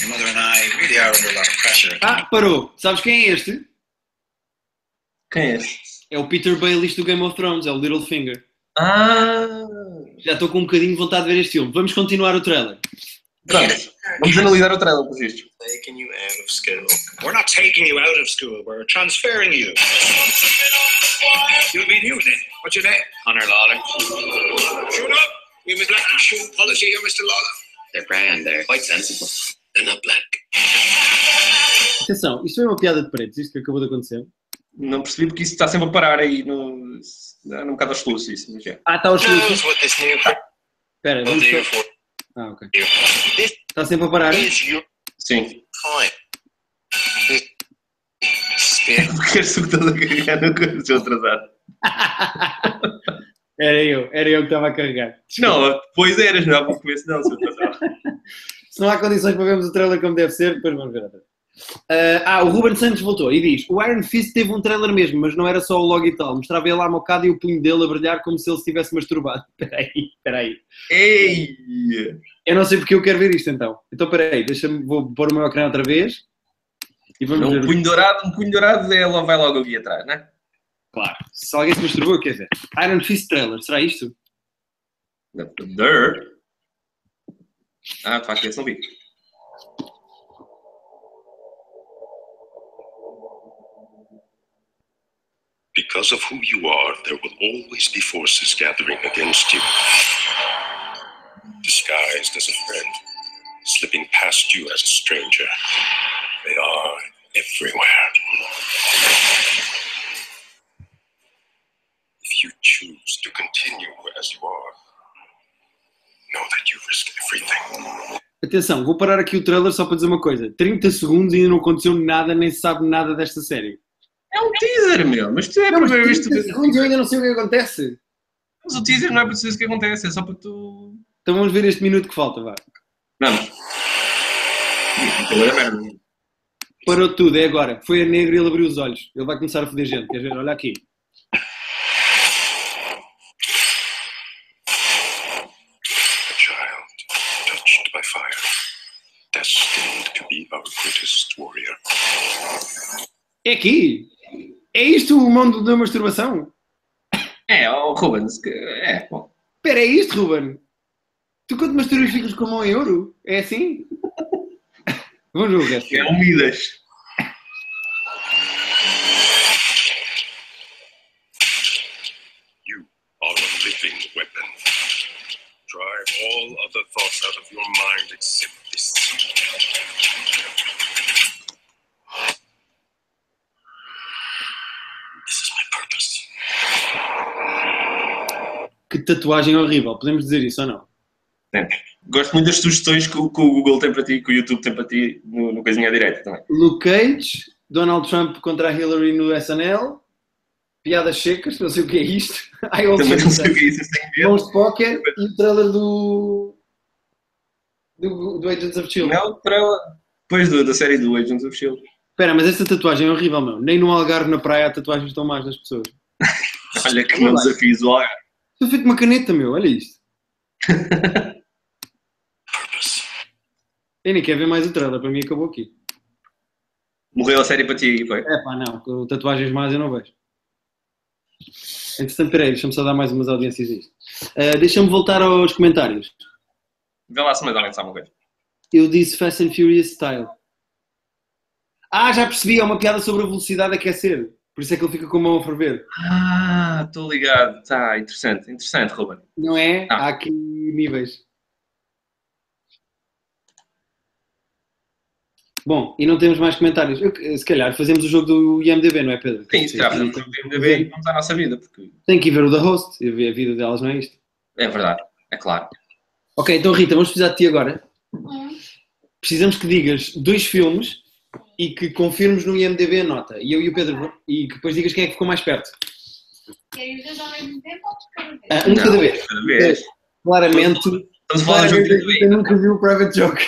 [SPEAKER 4] Your mother and I really are under a lot of pressure.
[SPEAKER 2] Ah, parou. Sabes quem é este?
[SPEAKER 1] Quem é esse?
[SPEAKER 2] É o Peter Baelish do Game of Thrones. É o Littlefinger.
[SPEAKER 1] Ah!
[SPEAKER 2] Já estou com um bocadinho de vontade de ver este filme. Vamos continuar o trailer.
[SPEAKER 1] Pronto, vamos analisar o trailer, por isto.
[SPEAKER 4] Taking you out of school. We're not taking you out of school. We're transferring you. You'll be new then. What's your name? Connor Lawler. Shoot up. You neglect the shoe policy here, Mr. Lawler. They're brown. They're quite sensible. They're not black.
[SPEAKER 2] Atenção, isto é uma piada de paredes, isto que acabou de acontecer.
[SPEAKER 1] Não percebi porque isso está sempre a parar aí no. É um bocado aos soluços isso, mas é.
[SPEAKER 2] Ah, está o Chico.
[SPEAKER 4] Knows what this new
[SPEAKER 2] Espera,
[SPEAKER 4] will
[SPEAKER 2] vamos
[SPEAKER 4] do
[SPEAKER 2] só.
[SPEAKER 4] for
[SPEAKER 2] Ah, ok.
[SPEAKER 4] you. This
[SPEAKER 2] Está sempre a parar.
[SPEAKER 4] is your
[SPEAKER 1] Sim.
[SPEAKER 4] time.
[SPEAKER 1] É
[SPEAKER 4] Spin.
[SPEAKER 1] Queres o que estás a carregar no coisa? Estou atrasado.
[SPEAKER 2] Era eu, era eu que estava a carregar.
[SPEAKER 1] Não, depois eras, não há pouco começo, não, sou atrasado.
[SPEAKER 2] Se não há condições para vermos o trailer como deve ser, depois vamos ver outra vez. Ah, ah, o Ruben Santos voltou e diz: O Iron Fist teve um trailer mesmo, mas não era só o logo e tal. Mostrava ele à mocada e o punho dele a brilhar como se ele estivesse masturbado. [laughs] Espera aí, espera aí.
[SPEAKER 1] Ei!
[SPEAKER 2] Eu não sei porque eu quero ver isto então. Então peraí, deixa-me, vou pôr o meu ecrã outra vez e vamos
[SPEAKER 1] Um
[SPEAKER 2] ver.
[SPEAKER 1] punho dourado, um punho dourado é logo, vai logo aqui atrás, não é?
[SPEAKER 2] Claro. Se alguém se masturbou, quer ver. Iron Fist trailer, será isto?
[SPEAKER 1] Dirt. Ah, de facto, esse não vi.
[SPEAKER 4] Because of who you are, there will always be forces gathering against you. Disguised as a friend, slipping past you as a stranger. They are everywhere. If you choose to continue as you are, know that you risk everything.
[SPEAKER 2] Atenção, vou parar aqui o trailer só para dizer uma coisa. 30 segundos e ainda não aconteceu nada, nem se sabe nada desta série.
[SPEAKER 1] É um teaser, meu, mas tu é a
[SPEAKER 2] mas
[SPEAKER 1] primeira vez que tu vês.
[SPEAKER 2] segundos eu ainda não sei o que acontece.
[SPEAKER 1] Mas o teaser não é para saber o que acontece, é só para tu.
[SPEAKER 2] Então vamos ver este minuto que falta, vá.
[SPEAKER 1] Vamos. Agora então é merda.
[SPEAKER 2] Parou tudo, é agora. Foi a negra e ele abriu os olhos. Ele vai começar a foder gente, quer ver? Olha aqui.
[SPEAKER 4] A child touched by fire, destined to be our greatest warrior.
[SPEAKER 2] É aqui! É isto o mundo da masturbação?
[SPEAKER 1] É, o Rubens, que- é, bom.
[SPEAKER 2] Espera, é isto, Ruben? Tu quando masturbas ficas com a mão em ouro? É assim? [laughs] vamos ver o resto.
[SPEAKER 1] É um Midas.
[SPEAKER 4] You are a living weapon. Drive all other thoughts out of your mind except this. This is my purpose.
[SPEAKER 2] Que tatuagem horrível, podemos dizer isso ou não?
[SPEAKER 1] Gosto muito das sugestões que, o- que o Google tem para ti, que o YouTube tem para ti no, no Coisinha à Direita tá também.
[SPEAKER 2] Luke Cage, Donald Trump contra a Hillary no SNL, piadas secas, não sei o que é isto. [laughs] I also
[SPEAKER 1] Também não sei o
[SPEAKER 2] Understand.
[SPEAKER 1] que é isso, tem que ver.
[SPEAKER 2] Ghost Pocket e o trailer do. do, do Agents of Shield.
[SPEAKER 1] Não, é para ela. Depois do- da série do Agents of Shield.
[SPEAKER 2] Espera, mas esta tatuagem é horrível, meu. Nem no Algarve na praia há tatuagens estão mais das pessoas.
[SPEAKER 1] Olha que meu desafio, olha.
[SPEAKER 2] Estou feito uma caneta, meu, olha isto.
[SPEAKER 4] Purpose.
[SPEAKER 2] Eu nem quero ver mais o trailer, para mim acabou aqui.
[SPEAKER 1] Morreu a série para ti, foi.
[SPEAKER 2] É pá, não, com tatuagens mais eu não vejo. Entretanto, peraí, deixa-me só dar mais umas audiências a isto. Ah, deixa-me voltar aos comentários.
[SPEAKER 1] Vê lá se mais alguém sabe uma coisa.
[SPEAKER 2] Eu disse Fast and Furious Style. Ah, já percebi, é uma piada sobre a velocidade a aquecer. Por isso é que ele fica com a mão a ferver.
[SPEAKER 1] Ah, estou ligado. Tá, interessante, interessante, Ruben.
[SPEAKER 2] Não é?
[SPEAKER 1] Ah.
[SPEAKER 2] Há aqui níveis. Bom, e não temos mais comentários. Eu- eh, se calhar fazemos o jogo do IMDB, não é, Pedro?
[SPEAKER 1] Sim, se calhar podemos
[SPEAKER 2] Tem-
[SPEAKER 1] ver bem e vamos à nossa vida, porque
[SPEAKER 2] Tem que ir ver o da host, e ver a vida delas, não é isto?
[SPEAKER 1] é verdade, é claro.
[SPEAKER 2] Ok, então Rita, vamos precisar de ti agora. Precisamos que digas dois filmes e que confirmes no IMDB a nota. E eu e o Pedro, e que depois digas quem é que ficou mais perto.
[SPEAKER 3] Querem os dois ao mesmo tempo ou cada vez?
[SPEAKER 2] Ah, um de cada
[SPEAKER 1] Não,
[SPEAKER 2] vez.
[SPEAKER 1] Cada vez.
[SPEAKER 2] Claramente,
[SPEAKER 1] Estamos a falar de jogo
[SPEAKER 2] claramente
[SPEAKER 1] de
[SPEAKER 2] a Rita
[SPEAKER 1] bem.
[SPEAKER 2] nunca viu o Private Joke.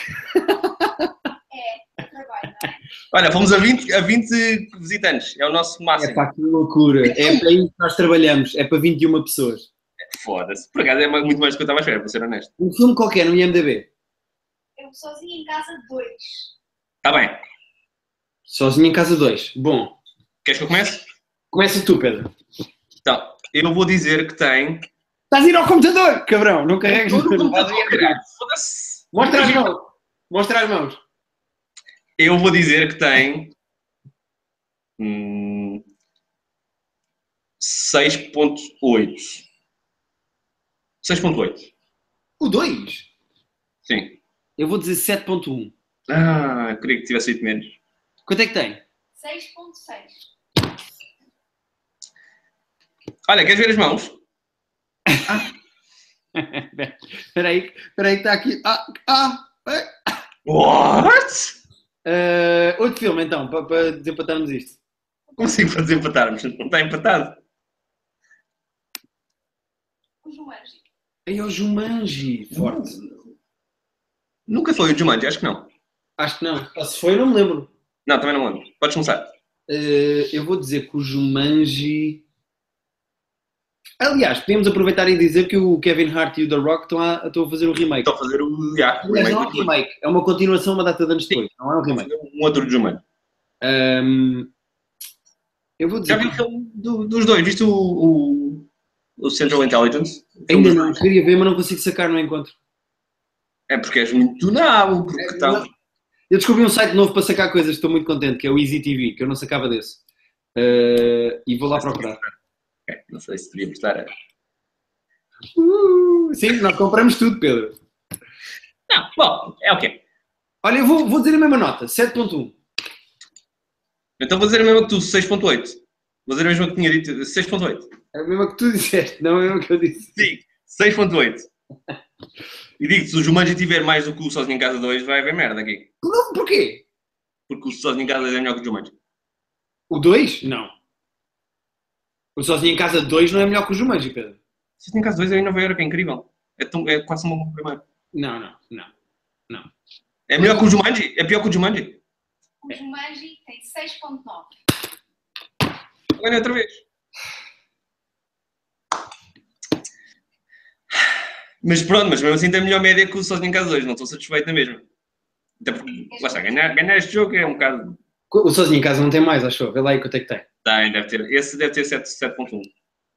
[SPEAKER 3] É, trabalho, não é?
[SPEAKER 1] Olha, fomos a 20, a 20 visitantes, é o nosso
[SPEAKER 2] É
[SPEAKER 1] máximo.
[SPEAKER 2] pá, que loucura. É para isso que nós trabalhamos. É para 21 pessoas.
[SPEAKER 1] Foda-se, por acaso é ma- muito mais do que eu estava a esperar, para ser honesto.
[SPEAKER 2] Um filme qualquer no IMDB.
[SPEAKER 3] Eu sozinha em casa, dois.
[SPEAKER 1] Está Tá bem,
[SPEAKER 2] Sozinho em casa dois. Bom,
[SPEAKER 1] queres que eu comece?
[SPEAKER 2] começa tu, Pedro.
[SPEAKER 1] Então, eu vou dizer que tem.
[SPEAKER 2] Estás a ir ao computador, cabrão. Não carregas
[SPEAKER 1] Todo o
[SPEAKER 2] no
[SPEAKER 1] computador,
[SPEAKER 2] computador.
[SPEAKER 1] caralho, Foda-se!
[SPEAKER 2] Mostra as mãos. Mostra as mãos.
[SPEAKER 1] Eu vou dizer que tem. Hum, 6.8. 6.8.
[SPEAKER 2] O 2.
[SPEAKER 1] Sim.
[SPEAKER 2] Eu vou dizer 7.1.
[SPEAKER 1] Ah, eu queria que tivesse sido menos.
[SPEAKER 2] Quanto é que tem?
[SPEAKER 3] 6.6.
[SPEAKER 1] Olha, queres ver as mãos?
[SPEAKER 2] Espera aí, espera aí que está aqui. Ah, ah, ah.
[SPEAKER 1] What?
[SPEAKER 2] Ah, outro filme então, para, para desempatarmos isto.
[SPEAKER 1] Como assim para desempatarmos? Não está empatado.
[SPEAKER 3] O Jumanji.
[SPEAKER 2] Aí é o Jumanji. Forte.
[SPEAKER 1] Nunca foi o Jumanji, acho que não.
[SPEAKER 2] Acho que não. Ou se foi, não me lembro.
[SPEAKER 1] Não, também não lembro. Podes começar.
[SPEAKER 2] Eh, eu vou dizer que o Jumanji. Aliás, podemos aproveitar e dizer que o Kevin Hart e o The Rock estão a, estão a fazer um remake.
[SPEAKER 1] Estou a Então fazer o. Já, o
[SPEAKER 2] Mas não é um
[SPEAKER 1] remake do Jumanji.
[SPEAKER 2] remake, é uma continuação uma data de anos depois. Não é um
[SPEAKER 1] Vou
[SPEAKER 2] remake.
[SPEAKER 1] fazer um outro Jumanji.
[SPEAKER 2] Ahm, eu vou
[SPEAKER 1] Já vi
[SPEAKER 2] dizer.
[SPEAKER 1] o
[SPEAKER 2] que-
[SPEAKER 1] filme do- dos dois? Viste o, o, o Central Intelligence? O filme
[SPEAKER 2] Ainda
[SPEAKER 1] dos
[SPEAKER 2] não,
[SPEAKER 1] dois?
[SPEAKER 2] queria ver, mas não consigo sacar no encontro.
[SPEAKER 1] É porque és muito nabo, porque
[SPEAKER 2] É,
[SPEAKER 1] estás.
[SPEAKER 2] não. Eu descobri um site novo para sacar coisas, estou muito contente, que é o Easy TV, que eu não sacava desse. Eh, e vou lá procurar.
[SPEAKER 1] É, Não sei se devíamos estar a.
[SPEAKER 2] Uh, sim, nós compramos tudo, Pedro.
[SPEAKER 1] Não, bom, é o que é.
[SPEAKER 2] Olha, eu vou, vou dizer a mesma nota, 7.1.
[SPEAKER 1] Então vou dizer a mesma que tu, 6.8. Vou dizer a mesma que tinha dito, 6.8.
[SPEAKER 2] É a mesma que tu disseste, não é a mesma que eu disse.
[SPEAKER 1] Sim, 6.8. E digo-te, se o Jumanji tiver mais do que o Sozinho em Casa 2, vai haver merda aqui.
[SPEAKER 2] Não, Então, porquê?
[SPEAKER 1] Porque o Sozinho em Casa 2 é melhor que o Jumanji.
[SPEAKER 2] O 2? Não. O Sozinho em Casa 2 não é melhor que o Jumanji, Pedro.
[SPEAKER 1] Sozinho em Casa 2 é em Nova Iorque, é incrível. É, tão, é quase uma boa primeira.
[SPEAKER 2] Não, não, não.
[SPEAKER 1] É melhor que o Jumanji? É pior que o Jumanji?
[SPEAKER 3] O Jumanji tem 6.9.
[SPEAKER 1] Ganhei outra vez. Mas pronto, mas mesmo assim tem melhor média que o Sozinho em Casa 2. Não estou satisfeito na mesma. Até porque, lá está, ganhar, ganhar este jogo é um bocado...
[SPEAKER 2] O Sozinho em Casa não tem mais, achou? Vê lá aí quanto é que tem.
[SPEAKER 1] Tem, deve ter. Esse deve ter 7 7.1.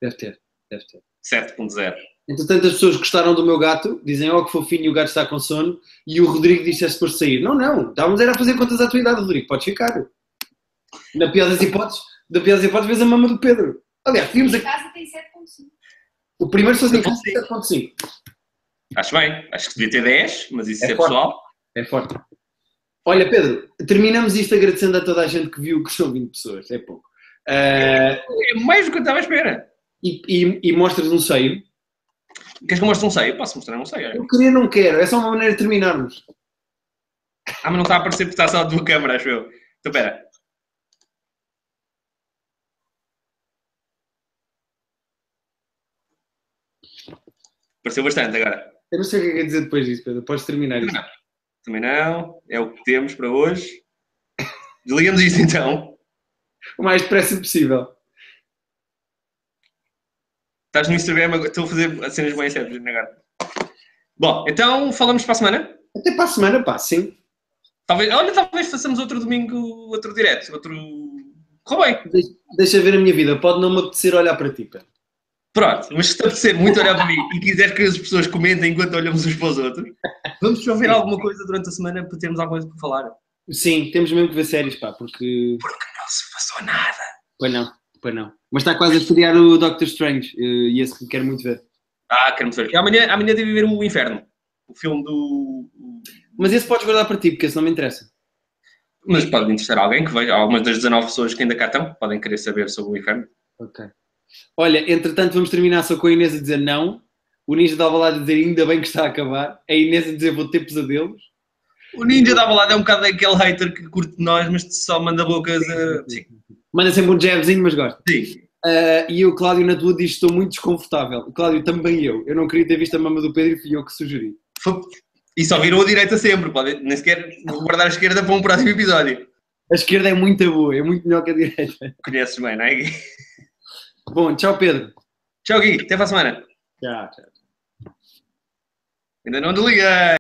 [SPEAKER 2] Deve ter, deve ter.
[SPEAKER 1] 7.0.
[SPEAKER 2] Entretanto, as pessoas gostaram do meu gato, dizem, oh, que fofinho, e o gato está com sono, e o Rodrigo disse, é suposto sair. Não, não, estávamos era a fazer contas à tua idade, Rodrigo, podes ficar. Na pior das hipóteses, na pior das hipóteses, vês a mama do Pedro. Aliás, tínhamos
[SPEAKER 3] Em
[SPEAKER 2] aqui,
[SPEAKER 3] casa tem 7.5.
[SPEAKER 2] o primeiro sozinho em casa, 7.5.
[SPEAKER 1] Acho bem. Acho que devia ter 10, mas isso
[SPEAKER 2] É
[SPEAKER 1] é,
[SPEAKER 2] forte.
[SPEAKER 1] pessoal.
[SPEAKER 2] É forte. Olha, Pedro, terminamos isto agradecendo a toda a gente que viu, que são 20 pessoas, é pouco. Ah,
[SPEAKER 1] É mais do que eu estava à espera.
[SPEAKER 2] e, e, e mostras um seio.
[SPEAKER 1] Queres que eu mostre um seio? Eu Posso mostrar um seio. olha.
[SPEAKER 2] Eu queria, não quero, é só uma maneira de terminarmos.
[SPEAKER 1] Ah, mas não está a aparecer porque está só a tua câmera, acho eu. Então, espera. Apareceu bastante agora.
[SPEAKER 2] Eu não sei o que é que é dizer depois disso, Pedro, podes terminar isto.
[SPEAKER 1] Também não. É o que temos para hoje. Desligamos isto então.
[SPEAKER 2] O mais depressa possível.
[SPEAKER 1] Estás no Instagram, agora- estou a fazer as cenas bem sérias agora. Bom, então falamos para a semana.
[SPEAKER 2] Até para a semana, pá, sim.
[SPEAKER 1] Talvez, olha, talvez façamos outro domingo, outro direto, outro. Corre bem.
[SPEAKER 2] Deixa- Deixa ver a minha vida, pode não me apetecer olhar para ti. pá.
[SPEAKER 1] Pronto, mas se te apetecer muito olhar para mim e quiseres que as pessoas comentem enquanto olhamos uns para os outros, vamos ver alguma coisa durante a semana para termos alguma coisa para falar. Não
[SPEAKER 2] Sim, temos mesmo que ver séries, pá, porque.
[SPEAKER 1] se passou nada.
[SPEAKER 2] Pois não, pois não. Mas está quase a estrear o Doctor Strange eh, e esse que quero muito ver.
[SPEAKER 1] Ah, quero-me ver. Amanhã, amanhã devo ver o Inferno, o filme do. o-
[SPEAKER 2] Mas esse podes guardar para ti, porque esse não me interessa.
[SPEAKER 1] Mas pode interessar alguém que veja, algumas das 19 pessoas que ainda cá estão, podem querer saber sobre o Inferno.
[SPEAKER 2] Ok. Olha, entretanto, vamos terminar só com a Inês a dizer não, o Ninja da Alvalade a dizer ainda bem que está a acabar, a Inês a dizer vou ter pesadelos.
[SPEAKER 1] O Ninja da Balada é um bocado aquele hater que curte nós, mas só manda bocas a. Sim,
[SPEAKER 2] Manda sempre um jabzinho, mas gosto.
[SPEAKER 1] sim.
[SPEAKER 2] Ah, e o Cláudio na tua diz estou muito desconfortável. O Cláudio também eu. Eu não queria ter visto a mama do Pedro e fui eu que sugeri.
[SPEAKER 1] Foi- E só viram a direita sempre, podem nem sequer vou guardar a esquerda para um próximo episódio.
[SPEAKER 2] A esquerda é muito boa, é muito melhor que a direita.
[SPEAKER 1] Conheces bem, não é? Gui?
[SPEAKER 2] Bom, tchau, Pedro.
[SPEAKER 1] Tchau, Gui. Até para a semana.
[SPEAKER 2] Tchau, tchau.
[SPEAKER 1] Ainda não desliga.